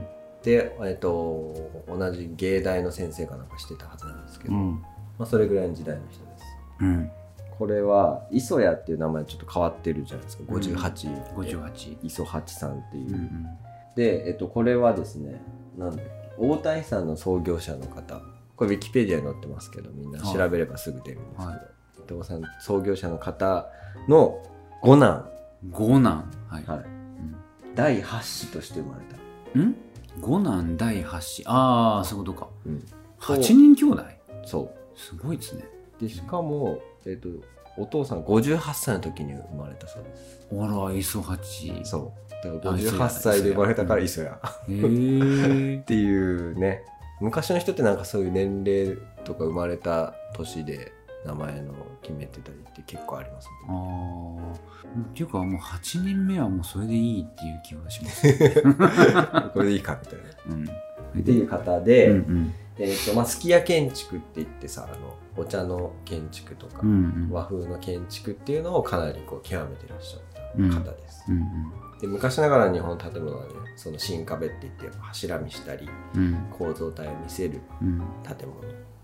Speaker 2: で、えっと、同じ芸大の先生かなんかしてたはずなんですけ
Speaker 1: う
Speaker 2: ど、
Speaker 1: ん、
Speaker 2: まあ、それぐらいの時代の人です。
Speaker 1: うん、
Speaker 2: これは磯谷っていう名前ちょっと変わってるじゃないですか58、
Speaker 1: 五十八。
Speaker 2: 磯八さんっていうう、
Speaker 1: ん、うん、
Speaker 2: で、えっと、これはですねなんだっけ大谷さんの創業者の方これウィキペディアに載ってますけどみんな調べればすぐ出るんですけど、
Speaker 1: はい
Speaker 2: 伊藤さん創業者の方の五男、
Speaker 1: 五男、はい。
Speaker 2: はい
Speaker 1: うん
Speaker 2: 第8子として生まれた、
Speaker 1: ん五男第八子ああそういうことか
Speaker 2: うん
Speaker 1: 8人兄弟
Speaker 2: そ
Speaker 1: すごいですね
Speaker 2: うでしかも、えっと、お父さん58歳の時に生まれたそうです
Speaker 1: あら磯八へ
Speaker 2: そうだから
Speaker 1: あ磯谷
Speaker 2: 58歳で生まれたから磯谷
Speaker 1: え
Speaker 2: っていうね昔の人ってなんかそういう年齢とか生まれた年で名前の決めてたりって結構あります
Speaker 1: あ
Speaker 2: もんね
Speaker 1: あっていうかもう8人目はもうそれでいいっていう気がし ます、
Speaker 2: これでいいかみたいな。
Speaker 1: うん、
Speaker 2: っていう方で、
Speaker 1: うんうん
Speaker 2: えーとまあ、すき家建築って言ってさあのお茶の建築とか、
Speaker 1: うんうん
Speaker 2: 和風の建築っていうのをかなりこう極めてらっしゃった方です。
Speaker 1: うん
Speaker 2: で昔ながらの日本の建物はねその新壁って言ってやっぱ柱見したり
Speaker 1: うん
Speaker 2: 構造体を見せる
Speaker 1: うんうん
Speaker 2: 建物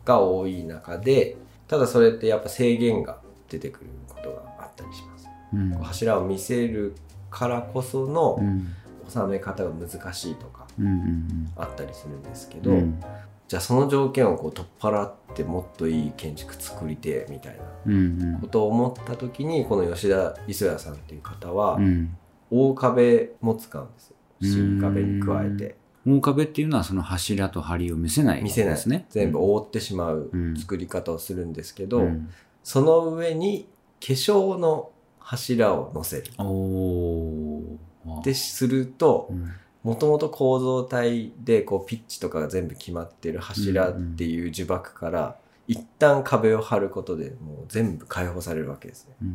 Speaker 2: が多い中でただそれってやっぱ制限が出てくることがあったりします
Speaker 1: うん
Speaker 2: 柱を見せるからこそ
Speaker 1: う
Speaker 2: の
Speaker 1: ん
Speaker 2: 収め方が難しいとか
Speaker 1: うんうん
Speaker 2: あったりするんですけ
Speaker 1: う
Speaker 2: ど、
Speaker 1: ん
Speaker 2: じゃあその条件をこう取っ払ってもっといい建築作りてえみたいな
Speaker 1: うんうん
Speaker 2: ことを思った時にこの吉田磯谷さんっていう方
Speaker 1: う
Speaker 2: は
Speaker 1: ん
Speaker 2: 大壁も使うんですよ新壁に加えて
Speaker 1: 大壁っていうのはその柱と梁を見せない
Speaker 2: 見せない
Speaker 1: ですね
Speaker 2: 全部覆ってしまう
Speaker 1: うん
Speaker 2: 作り方をするんですけ
Speaker 1: う
Speaker 2: ど、
Speaker 1: ん
Speaker 2: その上に化粧の柱を乗せる。
Speaker 1: おおー
Speaker 2: で、すると
Speaker 1: う、ん
Speaker 2: もともと構造体で、こう、ピッチとかが全部決まってる柱っていう呪縛から、一旦壁を張ることでもう全部解放されるわけですね。
Speaker 1: 乗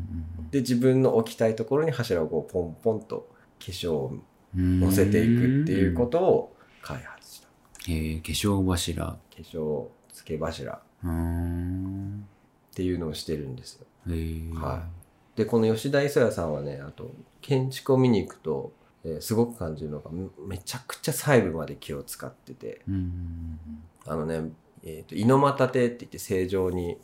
Speaker 2: で、自分の置きたいところに柱をこう、ポンポンと化粧を乗せていくっていうことを開発した。
Speaker 1: えー、化粧柱
Speaker 2: 化粧付け柱っ
Speaker 1: うーん
Speaker 2: ていうのをしてるんですよ。
Speaker 1: えー、
Speaker 2: はでこの吉田磯也さんはねあと建築を見に行くと、えーすごく感じるのがめめちゃくちゃ細部まで気を使ってて
Speaker 1: うん
Speaker 2: あのね、えー、と猪俣邸って言って正常に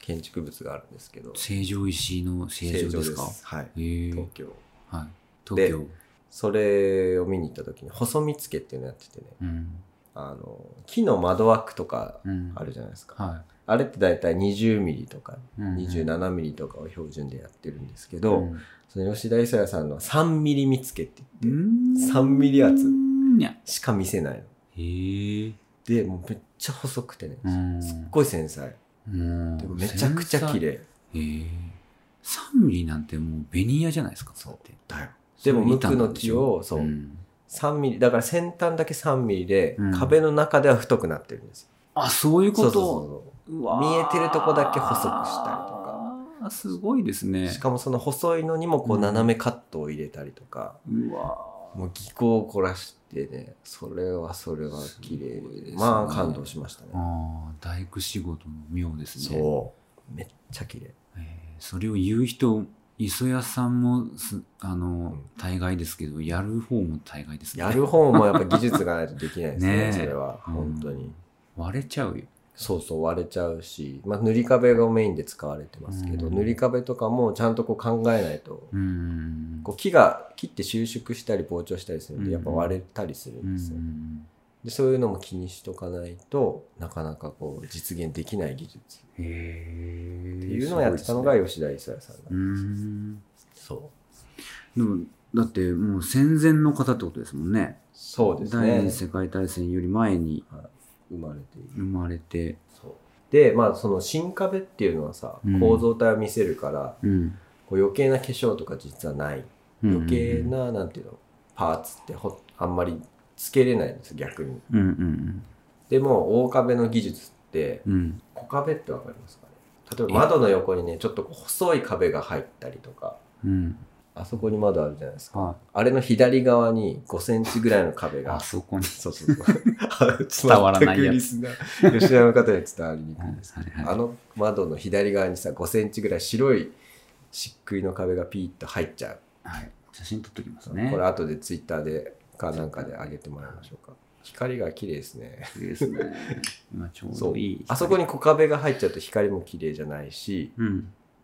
Speaker 2: 建築物があるんですけど
Speaker 1: 成城石井の成城ですか
Speaker 2: はい
Speaker 1: えー
Speaker 2: 東京
Speaker 1: はい、東京
Speaker 2: それを見に行った時に細見付けっていうのやっててね
Speaker 1: うん
Speaker 2: あの木の窓枠とか
Speaker 1: うん
Speaker 2: あるじゃないですか、
Speaker 1: は
Speaker 2: あれって大体20ミリとか
Speaker 1: い、うん
Speaker 2: 27ミリとかを標準でやってるんですけ
Speaker 1: う
Speaker 2: ど、
Speaker 1: ん
Speaker 2: その吉田磯也さんのは3ミリ見付けって
Speaker 1: う
Speaker 2: 言って、
Speaker 1: ん
Speaker 2: 3ミリ厚
Speaker 1: にゃ
Speaker 2: しか見せないの
Speaker 1: へー
Speaker 2: でもうめっちゃ細くてね、
Speaker 1: うん
Speaker 2: すっごい繊細
Speaker 1: も
Speaker 2: で
Speaker 1: う
Speaker 2: もめちゃくちゃ綺麗
Speaker 1: えー、3ミリなんてもうベニヤじゃないですか
Speaker 2: そう
Speaker 1: だって
Speaker 2: だよでも無垢の木を
Speaker 1: そ
Speaker 2: そうう、
Speaker 1: いう板なんでしょん
Speaker 2: 3ミリだから先端だけ3ミリで、
Speaker 1: うん
Speaker 2: 壁の中では太くなってるんですよ
Speaker 1: あそういうこと
Speaker 2: そうそう
Speaker 1: うわー
Speaker 2: 見えてるとこだけ細くしたりとか
Speaker 1: あーすごいです
Speaker 2: そう
Speaker 1: ね
Speaker 2: しかもその細いのにもこう斜めカットを入れたりとか、
Speaker 1: うわー
Speaker 2: もう技巧を凝らしてねそれはそれは綺麗
Speaker 1: すごいです
Speaker 2: で
Speaker 1: ね
Speaker 2: まあ感動しましたね、
Speaker 1: ああ、大工仕事の妙ですね。
Speaker 2: そうめっちゃ綺麗
Speaker 1: えーそれを言う人、磯谷さんもす、あの、
Speaker 2: うん
Speaker 1: 大概ですけど、やる方も大概ですね。
Speaker 2: やる方もやっぱ技術がないとできないですね
Speaker 1: ねえ
Speaker 2: それは
Speaker 1: うん
Speaker 2: 本当に、
Speaker 1: 割れちゃうよ。
Speaker 2: そうそう割れちゃうし、まあ、塗り壁がメインで使われてますけど、
Speaker 1: うん
Speaker 2: 塗り壁とかもちゃんとこう考えないと
Speaker 1: うん。
Speaker 2: こう木が切って収縮したり膨張したりするん
Speaker 1: う
Speaker 2: で
Speaker 1: ん
Speaker 2: やっぱ割れたりする
Speaker 1: うん
Speaker 2: ですよ、
Speaker 1: ん。
Speaker 2: でそういうのも気にしとかないとなかなかこう実現できない技術っ
Speaker 1: へえ。
Speaker 2: ていうのをやってたのが吉田伊佐也さんが、
Speaker 1: うん。
Speaker 2: そう
Speaker 1: でも、だってもう戦前の方ってことですもんね。
Speaker 2: そうですね
Speaker 1: 第二次世界大戦より前に
Speaker 2: 生まれている
Speaker 1: 生まれて。
Speaker 2: そうでまあその新壁っていうのはさ、
Speaker 1: うん
Speaker 2: 構造体を見せるから
Speaker 1: うん。
Speaker 2: こう余計な化粧とか実はない
Speaker 1: うん
Speaker 2: 余計。ななんていうのパーツってほあんまりつけれないんです逆に
Speaker 1: うんうん
Speaker 2: でも大壁の技術って
Speaker 1: うん。うん。
Speaker 2: 小壁ってわかりますかね例えば窓の横にねちょっとこう細い壁が入ったりとか
Speaker 1: うん。
Speaker 2: あそこに窓あるじゃないですか
Speaker 1: は
Speaker 2: あれの左側に5センチぐらいの壁
Speaker 1: い。あ
Speaker 2: が
Speaker 1: そこに。
Speaker 2: そうそうそう
Speaker 1: 伝わらないや
Speaker 2: つ吉田の方には伝わりにく
Speaker 1: はいい
Speaker 2: です
Speaker 1: はいは
Speaker 2: あの窓の左側にさ5センチぐらい白い漆喰の壁がピーッと入っちゃう
Speaker 1: い。はい。写真撮っときますね。
Speaker 2: これ後でツイッターでかなんかで上げてもらいましょうか光が綺麗ですね
Speaker 1: いいですね。今ちょう
Speaker 2: そう
Speaker 1: どいい。
Speaker 2: あそこ。に小壁が入っちゃうと光も綺麗じゃないし
Speaker 1: うん。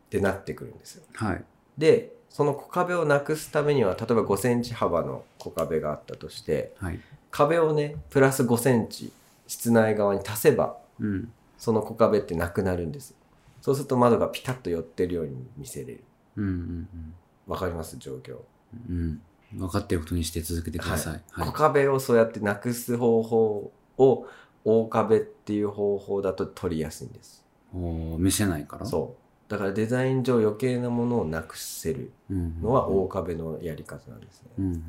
Speaker 2: ってなってくるんですよ
Speaker 1: はい。
Speaker 2: でその小壁をなくすためには例えば5センチ幅の小壁があったとして
Speaker 1: はい。
Speaker 2: 壁をねプラス5センチ室内側に足せば
Speaker 1: うん。
Speaker 2: その小壁ってなくなるんですそうすると窓がピタッと寄ってるように見せれる
Speaker 1: うんうんうん。
Speaker 2: わかります状況、
Speaker 1: うん。分かってることにして続けてください。はい
Speaker 2: 小。壁をそうやってなくす方法を大壁っていう方法だと取りやすいんです
Speaker 1: おー見せないから。
Speaker 2: そうだからデザイン上余計なものをなくせる
Speaker 1: う。ん。
Speaker 2: のは大壁のやり方なんですね、
Speaker 1: うんうんうん。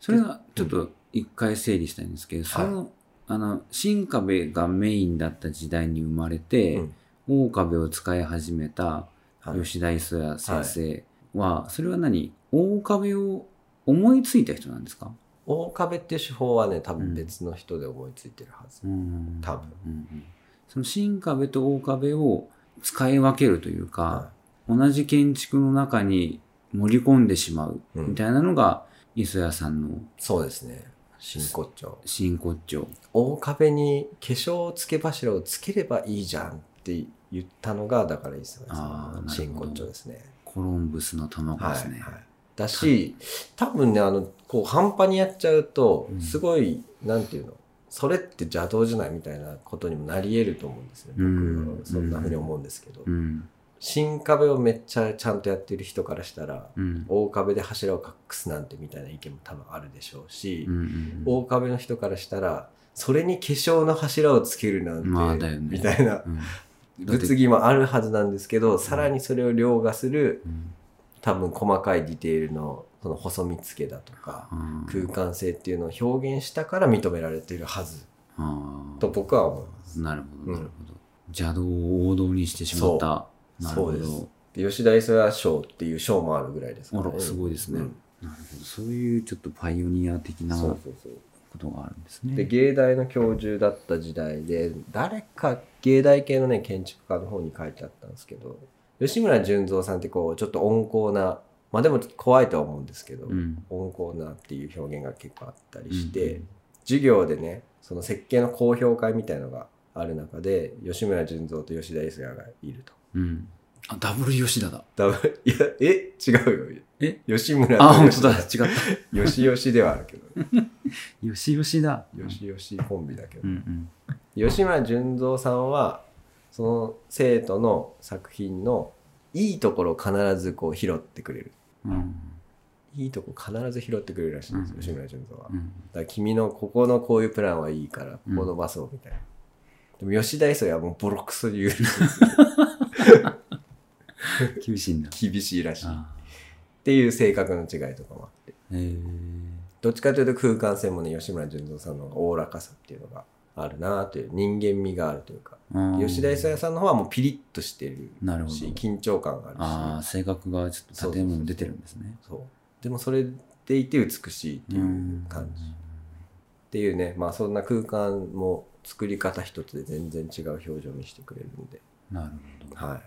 Speaker 1: それはちょっと一回整理したいんですけど、その、あの、新壁がメインだった時代に生まれて、
Speaker 2: うん
Speaker 1: 大壁を使い始めた
Speaker 2: はい
Speaker 1: 吉田磯也先生は、それは何大壁を思いついた人なんですか
Speaker 2: 大壁っていう手法はね多分別の人で思いついてるはず、
Speaker 1: うん
Speaker 2: 多分
Speaker 1: うんうんその新壁と大壁を使い分けるという
Speaker 2: は
Speaker 1: か、同じ建築の中に盛り込んでしまう
Speaker 2: うん
Speaker 1: みたいなのが、磯谷さんの
Speaker 2: いそうですね真骨頂
Speaker 1: 真骨頂。
Speaker 2: 大壁に化粧付け柱をつければいいじゃんって言ったのがだからいいですよね
Speaker 1: あー
Speaker 2: 真
Speaker 1: なるほど
Speaker 2: 骨頂ですね
Speaker 1: コロンブスの卵ですね。
Speaker 2: はいはい、だし多分ねあのこう半端にやっちゃうと
Speaker 1: うん
Speaker 2: すごい、なんていうのそれって邪道じゃないみたいなことにもなり得ると思うんですよ、
Speaker 1: うん
Speaker 2: 僕はそんなふうに思うんですけど、
Speaker 1: うん。
Speaker 2: 新壁をめっちゃちゃんとやってる人からしたら
Speaker 1: うん。
Speaker 2: 大壁で柱を隠すなんてみたいな意見も多分あるでしょうし、
Speaker 1: うんうん
Speaker 2: 大壁の人からしたらそれに化粧の柱をつけるなんて、
Speaker 1: まあだよね
Speaker 2: みたいな
Speaker 1: うんだって
Speaker 2: 物議もあるはずなんですけどさらにそれを凌駕する
Speaker 1: うん
Speaker 2: 多分細かいディテールのその細見つけだとか
Speaker 1: あー
Speaker 2: 空間性っていうのを表現したから認められてるはず
Speaker 1: あー
Speaker 2: と僕は思います。
Speaker 1: なるほど、
Speaker 2: うん
Speaker 1: なるほど。邪道を王道にしてしまった。
Speaker 2: う
Speaker 1: なるほ
Speaker 2: そうです
Speaker 1: ど。
Speaker 2: で吉田磯谷賞っていう賞もあるぐらいですから、
Speaker 1: あらすごいですね
Speaker 2: うん
Speaker 1: なるほど。そういうちょっとパイオニア的な
Speaker 2: そう
Speaker 1: こ
Speaker 2: そうそう。
Speaker 1: とがあるんです
Speaker 2: で
Speaker 1: ね。
Speaker 2: 芸大の教授だった時代で誰か芸大系のね建築家の方に書いてあったんですけど吉村純三さんってこうちょっと温厚なまあでも怖いとは思うんですけど、
Speaker 1: うん。
Speaker 2: 温厚なっていう表現が結構あったりして、
Speaker 1: うん
Speaker 2: 授業でねその設計の公表会みたいのがある中で吉村純三と吉田磯也がいると。
Speaker 1: うん。あ、ダブル吉田だ。
Speaker 2: だぶいやえ違うよ
Speaker 1: え
Speaker 2: 吉村
Speaker 1: あ、
Speaker 2: と
Speaker 1: 本
Speaker 2: 吉
Speaker 1: 当
Speaker 2: 田
Speaker 1: だ。違った。
Speaker 2: よしよしではあるけど、ね、
Speaker 1: よしよしだ。
Speaker 2: よしよしコンビだけど
Speaker 1: う。ん
Speaker 2: 吉村純三さんはその生徒の作品のいいところを必ずこう拾ってくれる
Speaker 1: うん。うん。
Speaker 2: いいとこ必ず拾ってくれるらしいんです、
Speaker 1: うん
Speaker 2: 吉村純三は、
Speaker 1: う
Speaker 2: だ
Speaker 1: ん。
Speaker 2: から君のここのこういうプランはいいからこ
Speaker 1: うん
Speaker 2: こ伸ばそうみたいな、でも吉田磯也はもうボロクソ言う
Speaker 1: 厳しいんだ。
Speaker 2: 厳しいらしいっ
Speaker 1: あ
Speaker 2: ていう性格の違いとかもあって
Speaker 1: ーへえ。
Speaker 2: どっちかというと空間性もね吉村純三さんの方がおおらかさっていうのがあるなという人間味があるというか
Speaker 1: あー
Speaker 2: 吉田磯也さんの方はもうピリッとしてる
Speaker 1: なるほど
Speaker 2: し緊張感があるし
Speaker 1: ああ、性格がちょっと建物に出てるんですね。
Speaker 2: そうでもそれでいて美しいっていう感じっていうねまあそんな空間も作り方一つで全然違う表情を見せてくれるんで
Speaker 1: なるほど。
Speaker 2: は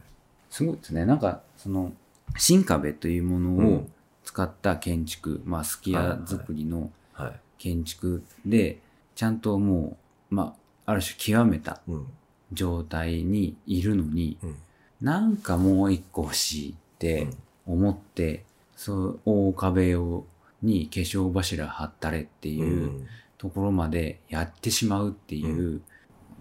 Speaker 1: すごいですね。なんか、その、新壁というも
Speaker 2: い、
Speaker 1: のを使った建築、まあ、すき家作りの
Speaker 2: はい
Speaker 1: 建築で、ちゃんともう、まあ、ある種極めた
Speaker 2: うん
Speaker 1: 状態にいるのに、
Speaker 2: うん
Speaker 1: なんかもう一個欲しいって思って、そう、大壁を、に化粧柱貼ったれって
Speaker 2: う。
Speaker 1: いうんところまでやってしまうっていう、
Speaker 2: う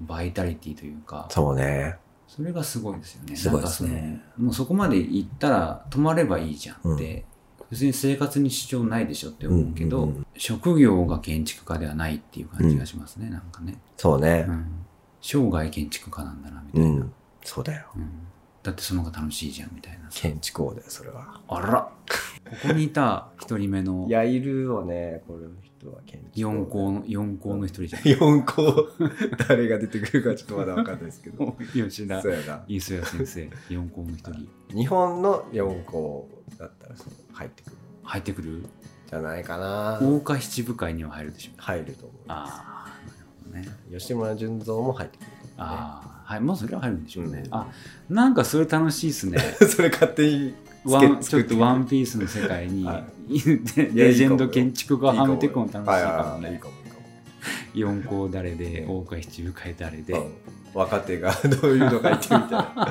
Speaker 1: バイタリティというか、
Speaker 2: そうね。
Speaker 1: それがすごいですよね。
Speaker 2: すごいですね
Speaker 1: なんかそのもうそこまで行ったら止まればいいじゃんって、別に生活に支障ないでしょって思うけど、
Speaker 2: うんうんうん
Speaker 1: 職業が建築家ではないっていう感じがしますね、なんかね。
Speaker 2: そうね
Speaker 1: う。ん、生涯建築家なんだな、みた
Speaker 2: う
Speaker 1: いな、
Speaker 2: ん。そうだよ。
Speaker 1: うんだってその方が楽しいじゃん、みたいな。
Speaker 2: 建築王だよ、それは。
Speaker 1: あらここにいた一人目の
Speaker 2: いや、いるよね、この人は建築
Speaker 1: 四校の、四校の一人じゃん。
Speaker 2: 四校、 誰が出てくるかちょっとまだわかんないです けど。
Speaker 1: 吉田
Speaker 2: そうやな。
Speaker 1: 磯谷先生、四校の一人。
Speaker 2: 日本の四校だったらそう入ってくるん
Speaker 1: 入ってくる
Speaker 2: じゃないかな。
Speaker 1: 大岡七部会には入るでしょ。
Speaker 2: 入ると思う。
Speaker 1: ああ、なるほどね。
Speaker 2: 吉村純三も入ってくると思うね。
Speaker 1: ああ、はい、もうそれは入るんでしょうね。
Speaker 2: うん
Speaker 1: あ、なんかそれ楽しいですね。
Speaker 2: それ勝手に
Speaker 1: ワンちょっとワ
Speaker 2: ン
Speaker 1: ンピースの世界に、
Speaker 2: は
Speaker 1: レジェンド建築家をはめてくの楽しいかも
Speaker 2: いい
Speaker 1: ね。
Speaker 2: かもいいかも
Speaker 1: 四校誰で、大岡七部会誰で。
Speaker 2: うん若手がどういうのがいてみた いな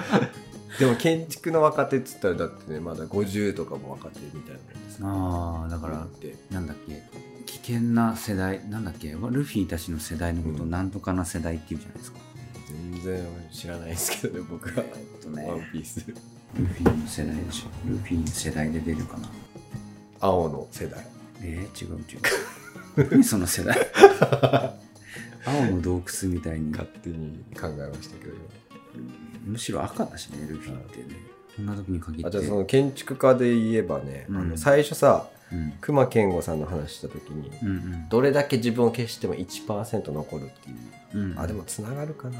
Speaker 2: でも建築の若手っつったらだってねまだ50とかも若手みたいなもんです
Speaker 1: ああ、だから、
Speaker 2: って
Speaker 1: なんだっけ、危険な世代、なんだっけ、ルフィたちの世代のことを
Speaker 2: うん
Speaker 1: なんとかな世代っていうじゃないですか。
Speaker 2: 全然知らないですけどね僕は
Speaker 1: とね
Speaker 2: ワンピース
Speaker 1: ルフィの世代でしょ。ルフィの世代で出るかな。
Speaker 2: 青の世代
Speaker 1: えー、違う違う。 何その世代青の洞窟みたいに。
Speaker 2: 勝手に考えましたけど今
Speaker 1: むしろ赤だしねルフィってねこんな時に限って
Speaker 2: あじゃあその建築家で言えばね、
Speaker 1: うん
Speaker 2: あの最初さ
Speaker 1: うん、
Speaker 2: 隈研吾さんの話した時に、
Speaker 1: うん
Speaker 2: どれだけ自分を消しても1%残るっていう
Speaker 1: うんうん
Speaker 2: あでもつながるかな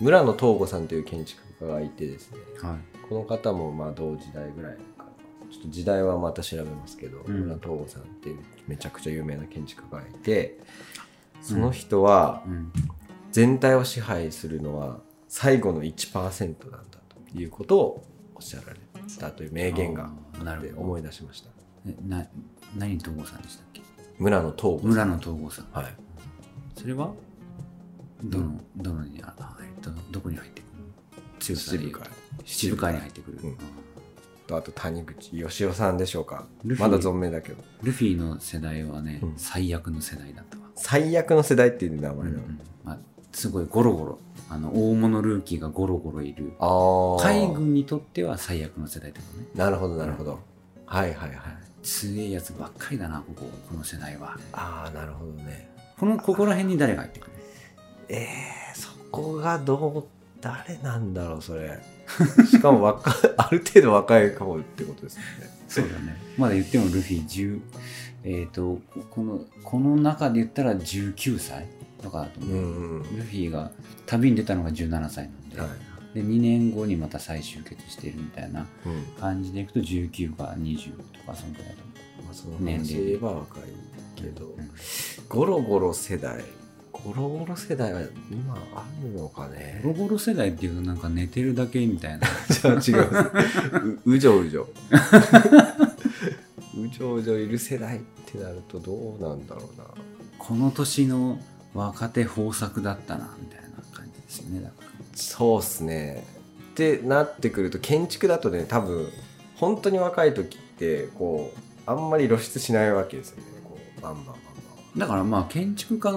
Speaker 2: 村野東吾さんという建築家がいてですね
Speaker 1: は
Speaker 2: この方もまあ同時代ぐらいかなちょっと時代はまた調べますけど、
Speaker 1: うん、
Speaker 2: 村野東吾さんっていうめちゃくちゃ有名な建築家がいてその人はい
Speaker 1: うん、
Speaker 2: 全体を支配するのは最後の1%なんだということをおっしゃられたという名言が
Speaker 1: あーな
Speaker 2: あって
Speaker 1: るほど
Speaker 2: 思い出しました
Speaker 1: えな何東郷さんでしたっけ
Speaker 2: 村野東吾さん
Speaker 1: 村野東郷さん
Speaker 2: はい
Speaker 1: それはどのどのにああえっとどこに入ってくる強さで言うと
Speaker 2: 七部会
Speaker 1: 七部会に入ってくる、
Speaker 2: う
Speaker 1: あ
Speaker 2: ん
Speaker 1: ー
Speaker 2: あと谷口義雄さんでしょうか
Speaker 1: ルフィ
Speaker 2: まだ存命だけど
Speaker 1: ルフィの世代はね、
Speaker 2: うん
Speaker 1: 最悪の世代だったわ、
Speaker 2: 最悪の世代っていう名
Speaker 1: う
Speaker 2: 前
Speaker 1: んう
Speaker 2: なの、
Speaker 1: んまあ、すごいゴロゴロあの大物ルーキーがゴロゴロいる
Speaker 2: ああ
Speaker 1: 海軍にとっては最悪の世代とかね
Speaker 2: なるほどなるほど、はいはいはい
Speaker 1: すげえやつばっかりだなこここの世代は
Speaker 2: ああなるほどね
Speaker 1: このここら辺に誰が入ってくる
Speaker 2: ええそこがどう誰なんだろうそれ しかも若いある程度若いかもってことですよね
Speaker 1: そうだねまだ言ってもルフィ10えっ、とこのこの中で言ったら19歳とかだと思
Speaker 2: う
Speaker 1: う、
Speaker 2: んうん
Speaker 1: ルフィが旅に出たのが17歳なんで,、
Speaker 2: はい、
Speaker 1: で2年後にまた再集結してるみたいな
Speaker 2: うん
Speaker 1: 感じでいくと19か20とかそのくらいだと思
Speaker 2: まあ、その
Speaker 1: 年齢
Speaker 2: 話で言えば若いうけど、
Speaker 1: うん
Speaker 2: ゴロゴロ世代ゴロゴロ世代は今あるのかね
Speaker 1: ゴロゴロ世代っていうとなんか寝てるだけみたいな
Speaker 2: じゃあ 違 う。ううじょうじ ょ。うじょうじょいる世代ってなるとどうなんだろうな。
Speaker 1: この年の若手豊作だったなみたいな感じですよねだから
Speaker 2: そうっすね。ってなってくると建築だとね多分本当に若い時ってこうあんまり露出しないわけですよね。こうバンバンバン
Speaker 1: だからまあ建築家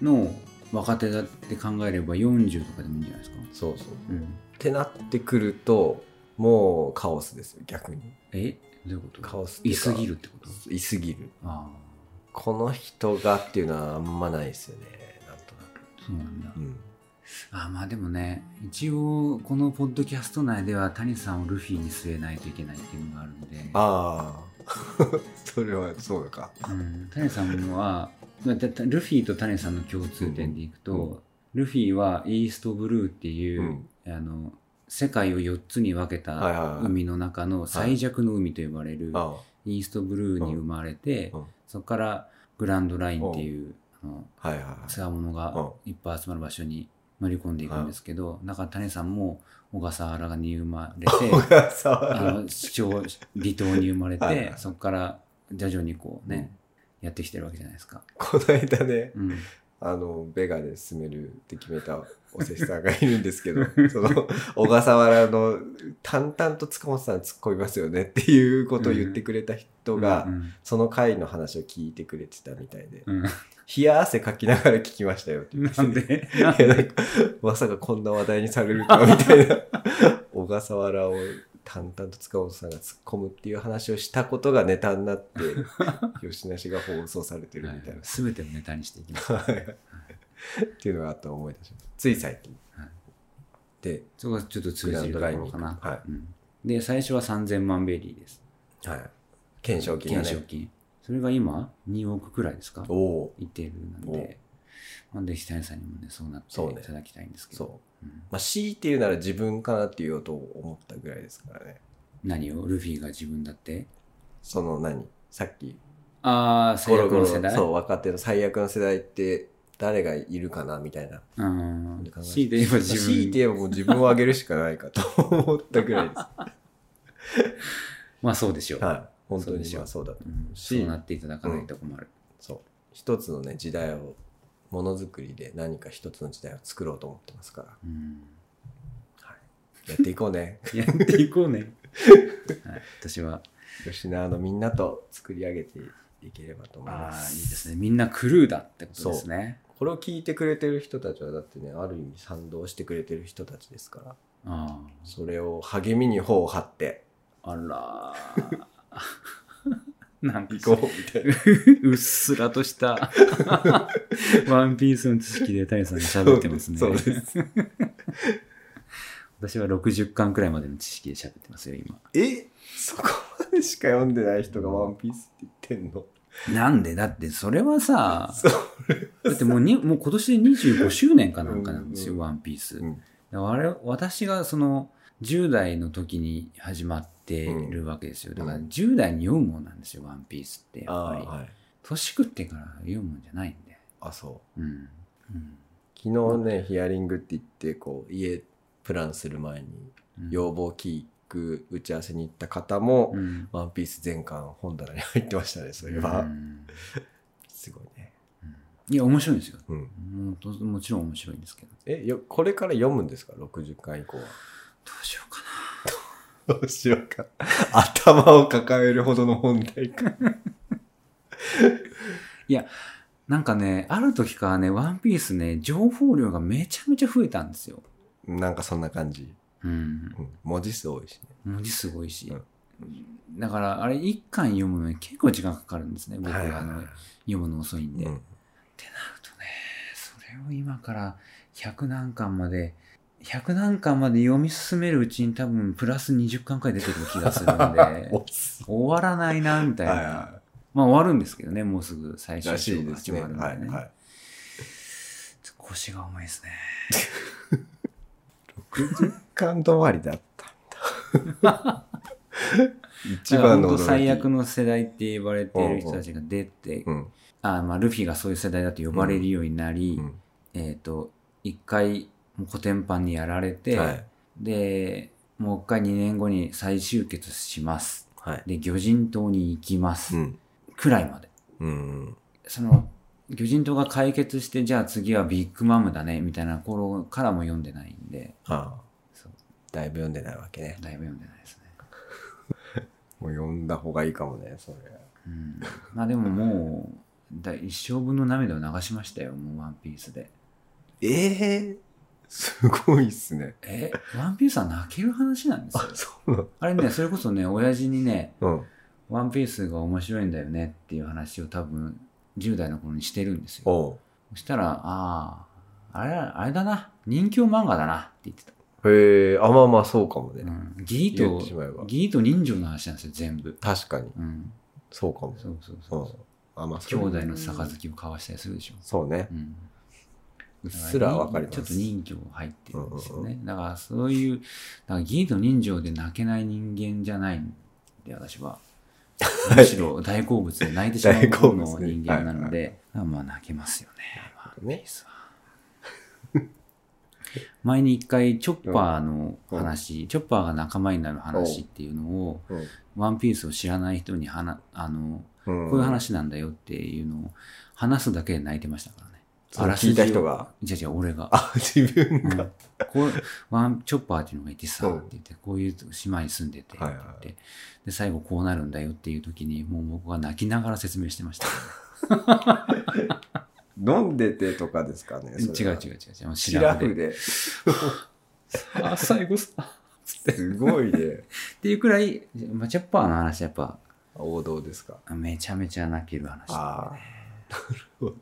Speaker 1: の若手だって考えれば40とかでもいいんじゃないですか、
Speaker 2: バン。そうそう。っ
Speaker 1: うん、
Speaker 2: てなってくるともうカオスですよ逆に。
Speaker 1: えどういうこと
Speaker 2: カオスって
Speaker 1: い
Speaker 2: いうか
Speaker 1: すぎるってこと
Speaker 2: いすぎる。
Speaker 1: あ
Speaker 2: この人がっていうのはあんまないですよね。なんとなく。
Speaker 1: あそうなんだ
Speaker 2: うん。
Speaker 1: あまあでもね一応このポッドキャスト内では谷さんをルフィに据えないといけないっていうのがあるので、
Speaker 2: ああ それはそうか
Speaker 1: うん、谷さんはまあだだルフィと谷さんの共通点でいくと、ルフィはイーストブルーっていう、
Speaker 2: うん
Speaker 1: あの世界を4つに分け
Speaker 2: はいはい
Speaker 1: た
Speaker 2: はい
Speaker 1: 海の中の最弱の海と呼ばれる、
Speaker 2: あ
Speaker 1: イーストブルーに生まれて、
Speaker 2: うん
Speaker 1: そこからグランドラインっていう、あの
Speaker 2: あはいはいはい
Speaker 1: つわものが
Speaker 2: うん
Speaker 1: いっぱい集まる場所に乗り込んでいくんですけど、だから谷さんも小笠原に生ま れて
Speaker 2: 小笠
Speaker 1: あ
Speaker 2: 原
Speaker 1: の市長離島に生まれて、
Speaker 2: はいはい
Speaker 1: そこから徐々にこうね、やってきてるわけじゃないですか。
Speaker 2: この間ね
Speaker 1: うん、
Speaker 2: あのベガで進めるって決めたおせしさんがいるんですけど その小笠原の淡々と塚本さん突っ込みますよねっていうことを言ってくれた人が、
Speaker 1: うん
Speaker 2: その回の話を聞いてくれてたみたいで
Speaker 1: うん、
Speaker 2: 冷や汗かきながら聞きましたよって言って
Speaker 1: なんで
Speaker 2: いやなんかまさかこんな話題にされるとはみたいな小笠原を淡々と塚本さんが突っ込むっていう話をしたことがネタになって 吉梨が放送されてるみたいな、
Speaker 1: すべてをネタにしていきます。
Speaker 2: っていうのがあったのを思い出しましたつい最近、
Speaker 1: はい
Speaker 2: で、
Speaker 1: そこがちょっと通じるところかな。
Speaker 2: は
Speaker 1: うんで、最初は3000万ベリーです。
Speaker 2: はい、懸賞金が
Speaker 1: 懸賞
Speaker 2: ね
Speaker 1: 金それが今、2億くらいですか
Speaker 2: おお
Speaker 1: いってるなんで、まあ、で、久谷さんにもね、そうなって
Speaker 2: そうね
Speaker 1: いただきたいんですけど、
Speaker 2: そう
Speaker 1: うん
Speaker 2: まあ C っていうなら自分かなっていうと思ったぐらいですからね
Speaker 1: 何をルフィが自分だって
Speaker 2: その何さっき
Speaker 1: ああ、最悪の世代
Speaker 2: そう若手の最悪の世代って誰がいるかなみたいな
Speaker 1: うん
Speaker 2: 考え。て
Speaker 1: 強いて言えば自
Speaker 2: 強い
Speaker 1: 分。
Speaker 2: て言えばもう自分を上げるしかないかと思ったぐらいです。
Speaker 1: まあそうでしょう。
Speaker 2: はい。本当
Speaker 1: そうで
Speaker 2: に
Speaker 1: しょ
Speaker 2: まあそうだと。
Speaker 1: うん
Speaker 2: し
Speaker 1: そうなっていただかないと困る。
Speaker 2: そう。一つのね、時代を、ものづくりで何か一つの時代を作ろうと思ってますから、
Speaker 1: うん
Speaker 2: やっていこうね。
Speaker 1: やっていこう ね。はい、私は、
Speaker 2: 吉永のみんなと作り上げていければと思い
Speaker 1: あ
Speaker 2: ま
Speaker 1: あ、いい
Speaker 2: す。
Speaker 1: ですね。みんなクルーだってことですね。
Speaker 2: これを聞いてくれてる人たちは、だってね、ある意味賛同してくれてる人たちですから、
Speaker 1: あ
Speaker 2: それを励みに頬を張って
Speaker 1: あ、あらー。 なんか
Speaker 2: いこうみたいな。
Speaker 1: うっすらとした ワンピースの知識で谷さんが 喋ってますね。
Speaker 2: そうですそうで
Speaker 1: 私は60巻くらいまでの知識で喋ってますよ、今。
Speaker 2: えそこまでしか読んでない人がワンピースって言ってんの
Speaker 1: なんでだってそれはさ、
Speaker 2: そう
Speaker 1: だってもうにもう今年で25周年かなんかなんですよ、
Speaker 2: うんうん
Speaker 1: ワンピース。
Speaker 2: うん
Speaker 1: だから我々私がその10代の時に始まってるわけですよ。だから
Speaker 2: うん
Speaker 1: 10代に読むもんなんですよ、ワンピースってや
Speaker 2: あ
Speaker 1: っぱり。
Speaker 2: あはい、
Speaker 1: 年食ってから読むもんじゃないんで。
Speaker 2: あそう
Speaker 1: うん。うん
Speaker 2: 昨日ねヒアリングって言ってこう家プランする前に
Speaker 1: うん
Speaker 2: 要望聞く打ち合わせに行った方も、
Speaker 1: うん
Speaker 2: ワンピース全巻本棚に入ってま したねそれは、
Speaker 1: うん
Speaker 2: すごいね、
Speaker 1: いや、面白いんですよ。
Speaker 2: うん、
Speaker 1: もうともちろん面白いんですけど。
Speaker 2: えよこれから読むんですか60巻以降は
Speaker 1: どうしようかな。
Speaker 2: どうしようか 頭を抱えるほどの本題か
Speaker 1: なんかね、ある時からね、ワンピースね、情報量がめちゃめちゃ増えたんですよ。
Speaker 2: なんかそんな感じ、
Speaker 1: うん。
Speaker 2: うん、文字数多いしね
Speaker 1: 文字すごいし
Speaker 2: うん。
Speaker 1: だから、あれ、一巻読むのに結構時間かかるんですね。僕、
Speaker 2: はいはい
Speaker 1: あの
Speaker 2: はい、
Speaker 1: 読むの遅いんで。
Speaker 2: う
Speaker 1: ってなる
Speaker 2: ん
Speaker 1: とね、それを今から100何巻まで、100何巻まで読み進めるうちに多分、プラス20巻くらい出てくる気がするんで、
Speaker 2: おっす
Speaker 1: 終わらないな、みたい
Speaker 2: はい
Speaker 1: な。
Speaker 2: は
Speaker 1: まあ終わるんですけどね、もうすぐ最
Speaker 2: いら
Speaker 1: 終
Speaker 2: し
Speaker 1: 章
Speaker 2: い
Speaker 1: が
Speaker 2: です
Speaker 1: 始
Speaker 2: ね
Speaker 1: まるんで
Speaker 2: はい
Speaker 1: ね。
Speaker 2: はい
Speaker 1: ちょっと腰が重いですね。
Speaker 2: 60巻止まりだったん だ一番
Speaker 1: だから
Speaker 2: の
Speaker 1: 本当最悪
Speaker 2: の、
Speaker 1: の世代って呼ばれている人たちが出て、
Speaker 2: うん
Speaker 1: あまあ、ルフィがそういう世代だと呼ばれるようになり、
Speaker 2: うん
Speaker 1: えっ、と、一回、もうコテンパンにやられて、
Speaker 2: はい
Speaker 1: で、もう一回2年後に再集結します。
Speaker 2: はい
Speaker 1: で、魚人島に行きます。
Speaker 2: うん
Speaker 1: くらいまで。
Speaker 2: うん
Speaker 1: その、魚人島が解決して、じゃあ次はビッグマムだね、みたいな頃からも読んでないんで、
Speaker 2: ああ
Speaker 1: そう
Speaker 2: だいぶ読んでないわけね
Speaker 1: だいぶ読んでないですね。
Speaker 2: もう読んだ方がいいかもねそれ
Speaker 1: うんまあでももうだ一生分の涙を流しましたよもう「ワンピースで
Speaker 2: ええすごいっすね
Speaker 1: え「ワンピースは泣ける話なんですよ
Speaker 2: そうなの
Speaker 1: あれねそれこそね親父にね
Speaker 2: うん
Speaker 1: 「ワンピースが面白いんだよねっていう話を多分10代の頃にしてるんですよ
Speaker 2: おう
Speaker 1: そしたら「あああれあれだな人気漫画だな」って言ってた、
Speaker 2: へえあまあまあそうかもね、
Speaker 1: うん、義理
Speaker 2: 言っ
Speaker 1: と
Speaker 2: てしまえば
Speaker 1: 義理と人情の話なんですよ全部
Speaker 2: 確かに
Speaker 1: うん
Speaker 2: そうかも
Speaker 1: そうそうそううん
Speaker 2: あまあそ
Speaker 1: 兄
Speaker 2: れ
Speaker 1: 弟の杯を交わしたりするでしょ
Speaker 2: そうね
Speaker 1: うん
Speaker 2: うっすらわかります
Speaker 1: ちょっと人情入ってるんですよ
Speaker 2: うんう
Speaker 1: ね。だからそういう、だから義理と人情で泣けない人間じゃないんで、私は。むしろ大好物で泣いてしまう方の人間なので、だからまあ泣けますよね。まあ、
Speaker 2: ね
Speaker 1: ピースは前に一回、チョッパーの話、チョッパーが仲間になる話っていうのを、
Speaker 2: うん
Speaker 1: ワンピースを知らない人にはな、あの、
Speaker 2: うん
Speaker 1: こういう話なんだよっていうのを話すだけで泣いてましたからね。
Speaker 2: それ聞いた人が。
Speaker 1: じゃじゃ俺が。
Speaker 2: あ、自分
Speaker 1: うん
Speaker 2: が。
Speaker 1: こうワンチョッパーっていうのがいてさ、
Speaker 2: うん
Speaker 1: って言って、こういう島に住んでて、って言
Speaker 2: はい
Speaker 1: っ
Speaker 2: はい
Speaker 1: て、で、最後こうなるんだよっていう時に、もう僕は泣きながら説明してま した。
Speaker 2: 飲んでてとかですかね。
Speaker 1: 違う違う違う
Speaker 2: う。
Speaker 1: 違う。もう
Speaker 2: シラ
Speaker 1: フ
Speaker 2: フで。
Speaker 1: あ、最後さ。
Speaker 2: すご いね。
Speaker 1: っていうくらい、まあ、チョッパーの話はやっぱ、
Speaker 2: 王道ですか。
Speaker 1: めちゃめちゃ泣ける話。
Speaker 2: ああ。なるほ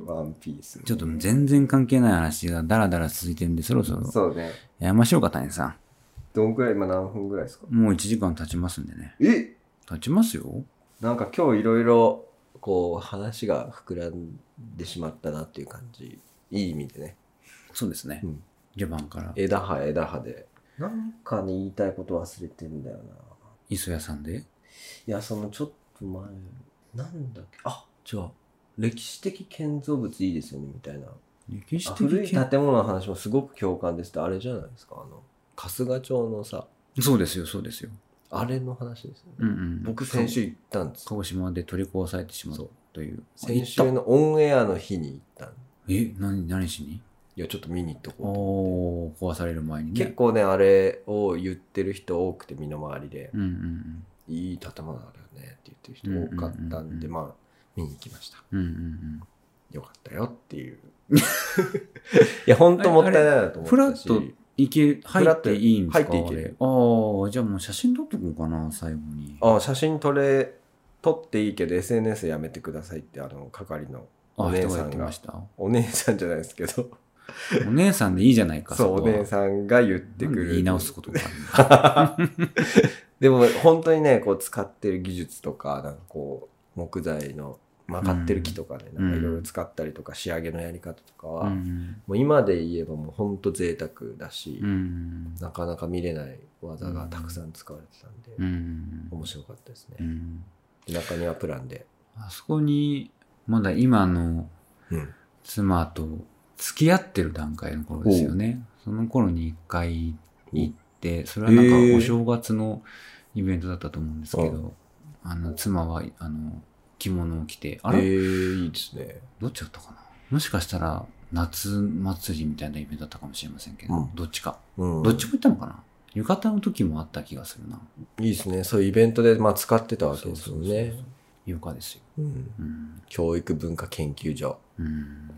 Speaker 2: ど。ワンピースね。
Speaker 1: ちょっと全然関係ない話がダラダラ続いてるんで、そろそろ
Speaker 2: そうね。
Speaker 1: やめましょうか、谷さ
Speaker 2: どんくらい、今何分ぐらいですか
Speaker 1: ん。もう1時間経ちますんでね。
Speaker 2: え
Speaker 1: 経ちますよ
Speaker 2: なんか今日いろいろ、こう、話が膨らんでしまったなっていう感じ。いい意味でね。
Speaker 1: そうですね。
Speaker 2: うん
Speaker 1: 序盤から、
Speaker 2: 枝葉枝葉で。なんかに言いたいこと忘れてんだよな。
Speaker 1: 磯谷さんで。
Speaker 2: いや、そのちょっと前、なんだっけ、あ違う。歴史的建造物いいですよね、みたいな。
Speaker 1: 歴史
Speaker 2: あ
Speaker 1: 的
Speaker 2: 古い
Speaker 1: 建
Speaker 2: 建物の話もすごく共感ですって、あれじゃないですか、あの、春日町のさ、
Speaker 1: そうですよ、そうですよ。
Speaker 2: あれの話ですよね。
Speaker 1: うんうん。
Speaker 2: 僕、先週行ったんです
Speaker 1: 鹿。児島で取り壊されてしま
Speaker 2: そうう
Speaker 1: という。
Speaker 2: 先週
Speaker 1: 行った
Speaker 2: のオンエアの日に行ったん
Speaker 1: え、何、何しに
Speaker 2: いや、ちょっと見に行っとこ
Speaker 1: おー、壊される前に
Speaker 2: う
Speaker 1: ね。
Speaker 2: と。結構ね、あれを言ってる人多くて、身の回りで、
Speaker 1: うんうん
Speaker 2: いい建物だよねって言ってる人多かった
Speaker 1: うんうんうん
Speaker 2: ん
Speaker 1: う
Speaker 2: で、
Speaker 1: ん
Speaker 2: まあ、見に行きました。
Speaker 1: うん。うんうん
Speaker 2: よかったよっ ていう。いや、ほんともったいないなと
Speaker 1: うん。
Speaker 2: 思
Speaker 1: フラ
Speaker 2: った
Speaker 1: ッと
Speaker 2: し。
Speaker 1: 行け、入っていいんですか
Speaker 2: 入っていけ
Speaker 1: あれあー、じゃあもう写真撮っとこうかな、最後に。
Speaker 2: あ写真撮れ、撮っていいけど SNS やめてくださいって、あの、係の
Speaker 1: あ、
Speaker 2: お姉
Speaker 1: 人
Speaker 2: さ
Speaker 1: がやっ
Speaker 2: んが
Speaker 1: てました。
Speaker 2: お姉さんじゃないですけど、
Speaker 1: お姉さんでいいじゃないか、
Speaker 2: そう、お
Speaker 1: こは
Speaker 2: 姉さんが言って
Speaker 1: なん
Speaker 2: く
Speaker 1: で
Speaker 2: る。
Speaker 1: 言い直すことがあるんだ
Speaker 2: でも、本当にね、こう、使ってる技術とか、なんかこう、木材の曲がってる木とかね、
Speaker 1: うん
Speaker 2: なんかいろいろ使ったりとか、仕上げのやり方とか は、
Speaker 1: うん
Speaker 2: もう今で言えばもう本当贅沢だし、
Speaker 1: うん
Speaker 2: なかなか見れない技がたくさん使われてたんで、
Speaker 1: うん
Speaker 2: 面白かったですね。
Speaker 1: うん
Speaker 2: 中にはプランで。
Speaker 1: あそこにまだ今の
Speaker 2: うん。
Speaker 1: 妻と付き合ってる段階の頃ですよねその頃に一回行ってそれはなん
Speaker 2: へ
Speaker 1: か
Speaker 2: ー
Speaker 1: お正月のイベントだったと思うんですけ
Speaker 2: う
Speaker 1: どあの妻はあの着物を着てあ
Speaker 2: ええ
Speaker 1: れ、
Speaker 2: ー、いいですね。
Speaker 1: どっちだったかなもしかしたら夏祭りみたいなイベントだったかもしれませんけど、
Speaker 2: うん
Speaker 1: どっちか
Speaker 2: うん
Speaker 1: どっちも行ったのかな浴衣の時もあった気がするな。
Speaker 2: いいですね。そういうイベントで、まあ、使ってたわけですよ
Speaker 1: そうそう
Speaker 2: ね
Speaker 1: そう。そう。浴衣ですよ。
Speaker 2: うん
Speaker 1: うん。
Speaker 2: 教育文化研究所。
Speaker 1: うん。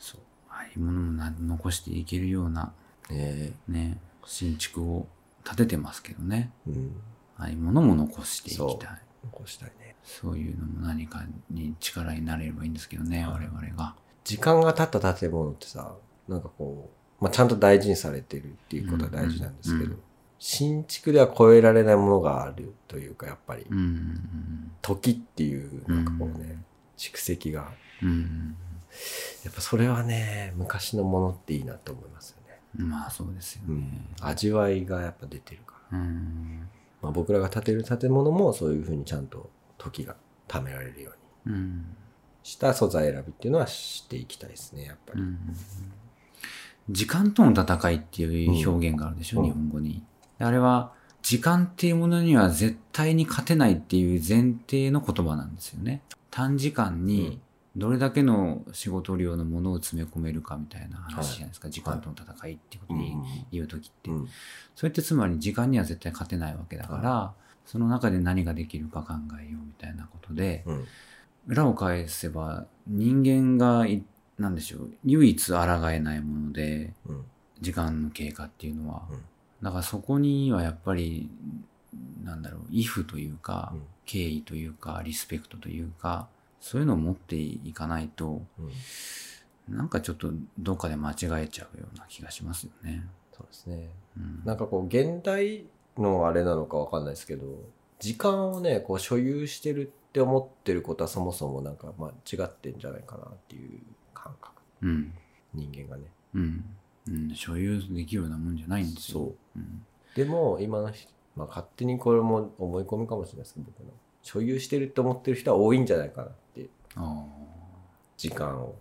Speaker 1: そう。ああいうものもな残していけるような、
Speaker 2: ね
Speaker 1: ね、新築を建ててますけどね。
Speaker 2: えうん。
Speaker 1: ああいうものも残していきたい。
Speaker 2: こうしたいね。
Speaker 1: そういうのも何かに力になれればいいんですけどね、我々が。
Speaker 2: 時間が経った建物ってさ、なんかこう、まあ、ちゃんと大事にされてるっていうことは大事なんですけ
Speaker 1: うん
Speaker 2: ど、
Speaker 1: うん
Speaker 2: 新築では超えられないものがあるというか、やっぱり
Speaker 1: う、んうん
Speaker 2: 時っていう、なんかこうね、
Speaker 1: うん
Speaker 2: 蓄積が。
Speaker 1: うん。うん
Speaker 2: やっぱそれはね、昔のものっていいなと思いますよね。
Speaker 1: うん。まあそうですよ
Speaker 2: う
Speaker 1: ね
Speaker 2: ん。。味わいがやっぱ出てるから。
Speaker 1: うん。
Speaker 2: まあ、僕らが建てる建物もそういうふうにちゃんと時が貯められるように
Speaker 1: うん。
Speaker 2: した素材選びっていうのはしていきたいですねやっぱ
Speaker 1: う
Speaker 2: り、
Speaker 1: ん時間との戦いっていう表現があるでしょ、
Speaker 2: うん
Speaker 1: 日本語に。あれは、時間っていうものには絶対に勝てないっていう前提の言葉なんですよね。短時間にどれだけの仕事量のものを詰め込めるかみたいな話じゃないですか。時間との戦いっていうことに言うときって。
Speaker 2: うん
Speaker 1: それってつまり時間には絶対勝てないわけだから、その中で何ができるか考えようみたいなことで、
Speaker 2: うん
Speaker 1: 裏を返せば人間がいなんでしょう唯一抗えないもので
Speaker 2: うん
Speaker 1: 時間の経過っていうのは、
Speaker 2: うん
Speaker 1: だからそこにはやっぱりなんだろう畏怖というか、
Speaker 2: うん
Speaker 1: 敬意というかリスペクトというかそういうのを持っていかないと
Speaker 2: うん
Speaker 1: なんかちょっとどっかで間違えちゃうような気がしますよね。
Speaker 2: そうですね
Speaker 1: うん
Speaker 2: なんかこう現代のあれなのかわかんないですけど時間をねこう所有してるって思ってることはそもそもなんかまあ違ってんじゃないかなっていう感覚
Speaker 1: うん
Speaker 2: 人間がね
Speaker 1: うんうん、所有できるようなもんじゃないんですよ。
Speaker 2: そう
Speaker 1: うん
Speaker 2: でも今の人、まあ、勝手にこれも思い込みかもしれないですけど僕の所有してるって思ってる人は多いんじゃないかなって
Speaker 1: あー
Speaker 2: 時間を、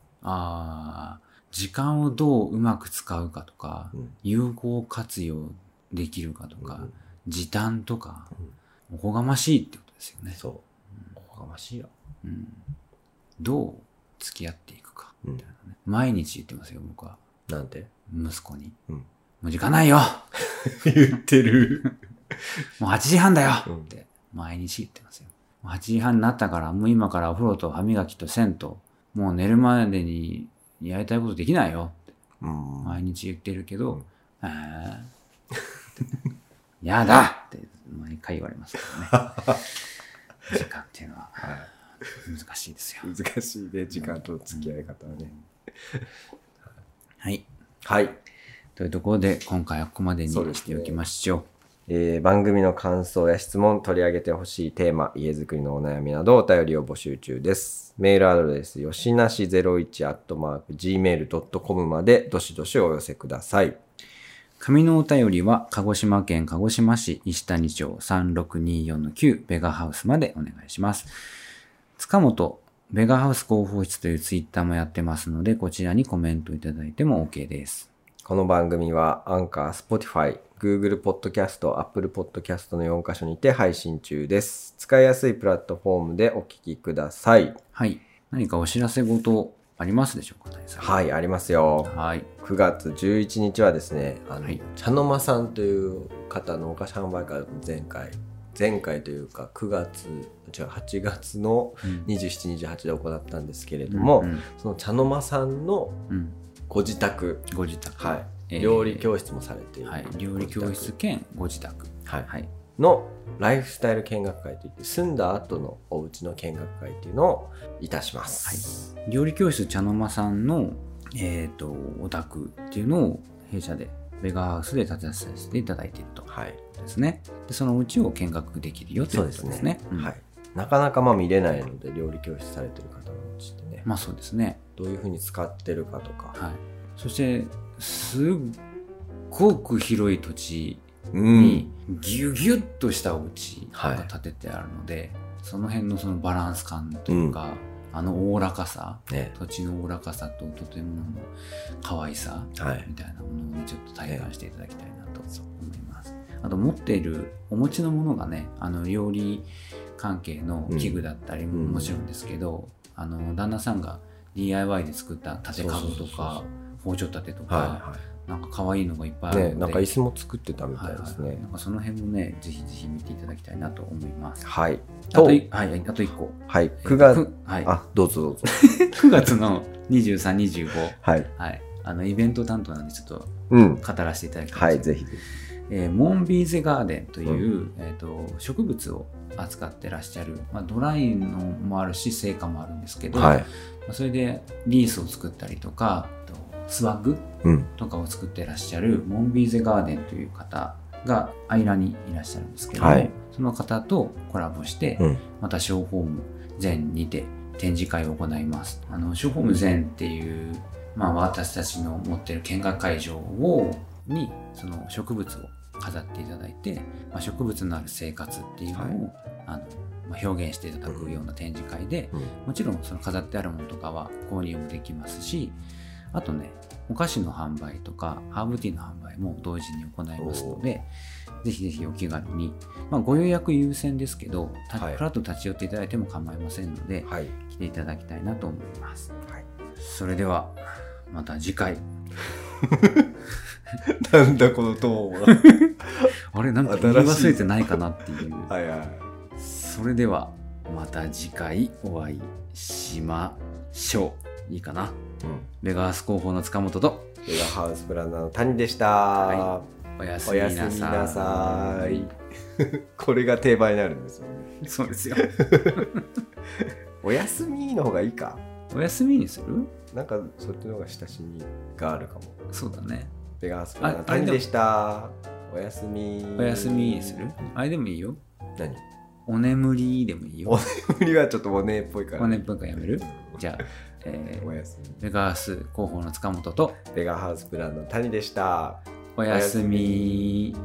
Speaker 1: ああ、時間をどううまく使うかとか、
Speaker 2: うん
Speaker 1: 有効活用できるかとか、時短とか、おこがましいってことですよ
Speaker 2: うん
Speaker 1: ね。
Speaker 2: そうおこがましいよ
Speaker 1: うん、どう付き合っていくか。
Speaker 2: うん。
Speaker 1: 毎日言ってますよ、僕は。
Speaker 2: なんて
Speaker 1: 息子に。
Speaker 2: うん
Speaker 1: もう時間ないよ
Speaker 2: 言ってる。
Speaker 1: もう8時半だよ、
Speaker 2: うん
Speaker 1: って毎日言ってますよ。もう8時半になったから、もう今からお風呂と歯磨きと銭湯、もう寝るまでにやりたいことできないよって
Speaker 2: うん
Speaker 1: 毎日言ってるけ
Speaker 2: うん
Speaker 1: ど、えー やだって毎回言われますから ね。時間っていうのは
Speaker 2: は
Speaker 1: 難しいですよ。
Speaker 2: い。難しいね、時間と付き合い方はね。
Speaker 1: はい。
Speaker 2: はい。
Speaker 1: というところで、今回はここまでに
Speaker 2: そうです
Speaker 1: し
Speaker 2: ね
Speaker 1: ておきましょう。
Speaker 2: えー番組の感想や質問、取り上げてほしいテーマ、家づくりのお悩みなどお便りを募集中です。メールアドレス、よしなし01 gmail.com までどしどしお寄せください。
Speaker 1: 紙のお便りは、鹿児島県鹿児島市石谷町36249ベガハウスまでお願いします。塚本ベガハウス広報室というツイッターもやってますので、こちらにコメントいただいても OK です。
Speaker 2: この番組は、アンカー、Spotify、Google Podcast、Apple Podcast の4箇所にて配信中です。使いやすいプラットフォームでお聞きください。
Speaker 1: はい。何かお知らせごとありますでしょうか、谷さん。
Speaker 2: はい、ありますよ。
Speaker 1: はい。
Speaker 2: 9月11日はですねあの、
Speaker 1: はい
Speaker 2: 茶の間さんという方のお菓子販売会を前回前回というか9月違う8月の
Speaker 1: うん
Speaker 2: 2728で行ったんですけれども、
Speaker 1: うん
Speaker 2: その茶の間さんの
Speaker 1: うん
Speaker 2: ご自宅、
Speaker 1: ご自宅。
Speaker 2: はい
Speaker 1: えー
Speaker 2: 料理教室もされている、
Speaker 1: はい。料理教室兼ご自宅。
Speaker 2: はい
Speaker 1: はい。
Speaker 2: のライフスタイル見学会といって住んだ後のお家の見学会というのをいたします。
Speaker 1: 料理教室茶の間さんの、えっ、と、お宅っていうのを弊社で、ベガハウスで建てさせていただいていると。
Speaker 2: はい、
Speaker 1: ですね。で、そのうちを見学できるよということですね。うん
Speaker 2: はい、なかなかまあ見れないので料理教室されてる方のうちってね、
Speaker 1: まあそうですね。
Speaker 2: どういうふうに使ってるかとか、
Speaker 1: はい。そして、すっごく広い土地
Speaker 2: う
Speaker 1: に、ぎゅぎゅっとしたお家
Speaker 2: は
Speaker 1: が
Speaker 2: い
Speaker 1: 建ててあるので、その辺のそのバランス感というか、あのおおらかさ、
Speaker 2: ね
Speaker 1: 土地のおおらかさと建物の可愛さ、
Speaker 2: はい
Speaker 1: みたいなものをねちょっと体感していただきたいなと思います。あと持っているお持ちのものがねあの料理関係の器具だったりも
Speaker 2: うん
Speaker 1: もちろんですけど、あの旦那さんが DIY で作った立て家具とか包丁立てとか、
Speaker 2: は
Speaker 1: なんか可愛いのがいっぱい
Speaker 2: い
Speaker 1: あ
Speaker 2: は
Speaker 1: るの
Speaker 2: いね
Speaker 1: で、
Speaker 2: なんか椅子も作ってたみたいです
Speaker 1: はいはい
Speaker 2: ね
Speaker 1: なんかその辺もねぜひぜひ見ていただきたいなと思います。
Speaker 2: はい、
Speaker 1: あと
Speaker 2: と
Speaker 1: いはいあと1個
Speaker 2: はい
Speaker 1: えっと
Speaker 2: 9月、
Speaker 1: くはい、
Speaker 2: あどうぞど うぞ
Speaker 1: 9月の2325
Speaker 2: はい
Speaker 1: はいあのイベント担当なんでちょっと
Speaker 2: うん
Speaker 1: 語らせていただきます
Speaker 2: はいぜひぜひ
Speaker 1: えーモンビーゼガーデンという、えー、と植物を扱ってらっしゃる、まあ、ドライのもあるし成果もあるんですけど、
Speaker 2: はい
Speaker 1: まあそれでリースを作ったりとかあとスワッグ
Speaker 2: うん
Speaker 1: とかを作ってらっしゃるモンビーゼガーデンという方がアイラにいらっしゃるんですけども、
Speaker 2: はい
Speaker 1: その方とコラボして、
Speaker 2: うん
Speaker 1: またショーホーム全にて展示会を行いますあのショーホーム全っていう、まあ、私たちの持ってる見学会場をにその植物を飾っていただいて、まあ、植物のある生活っていうのを、
Speaker 2: はい
Speaker 1: あのまあ表現していただくような展示会で、
Speaker 2: うん
Speaker 1: もちろんその飾ってあるものとかは購入もできますしあとねお菓子の販売とかハーブティーの販売も同時に行いますのでぜひぜひお気軽に、まあ、ご予約優先ですけどた
Speaker 2: はい
Speaker 1: ふらっと立ち寄っていただいても構いませんので、
Speaker 2: はい
Speaker 1: 来ていただきたいなと思います、
Speaker 2: はい
Speaker 1: それではまた次回
Speaker 2: なんだこのトー ンは
Speaker 1: あれなんか言い忘れてないかなっていう
Speaker 2: はいはい
Speaker 1: それではまた次回お会いしましょういいかな
Speaker 2: うん
Speaker 1: ベガース広報の塚本と
Speaker 2: ヨガハウスプランナーの谷でした、
Speaker 1: はおやす
Speaker 2: お
Speaker 1: み
Speaker 2: や
Speaker 1: な
Speaker 2: すみ
Speaker 1: さ
Speaker 2: ないさいこれが定番になるんですよね
Speaker 1: そうですよ
Speaker 2: おやすみの方がいいか
Speaker 1: おやすみにする
Speaker 2: なんかそっちの方が親しみがあるかも
Speaker 1: そうだね
Speaker 2: ベガースプランナー
Speaker 1: ああれ
Speaker 2: 谷
Speaker 1: でも
Speaker 2: でしたおやすみ
Speaker 1: おやすみにするあれでもいいよ
Speaker 2: 何
Speaker 1: お眠りでもいいよ
Speaker 2: 無理はちょっとおねえっぽいから
Speaker 1: お眠分間やめるじゃあ、え
Speaker 2: お
Speaker 1: ー、
Speaker 2: やすみ
Speaker 1: ベガース広報の塚本と
Speaker 2: ベガーハウスプランの谷でした
Speaker 1: おやすみ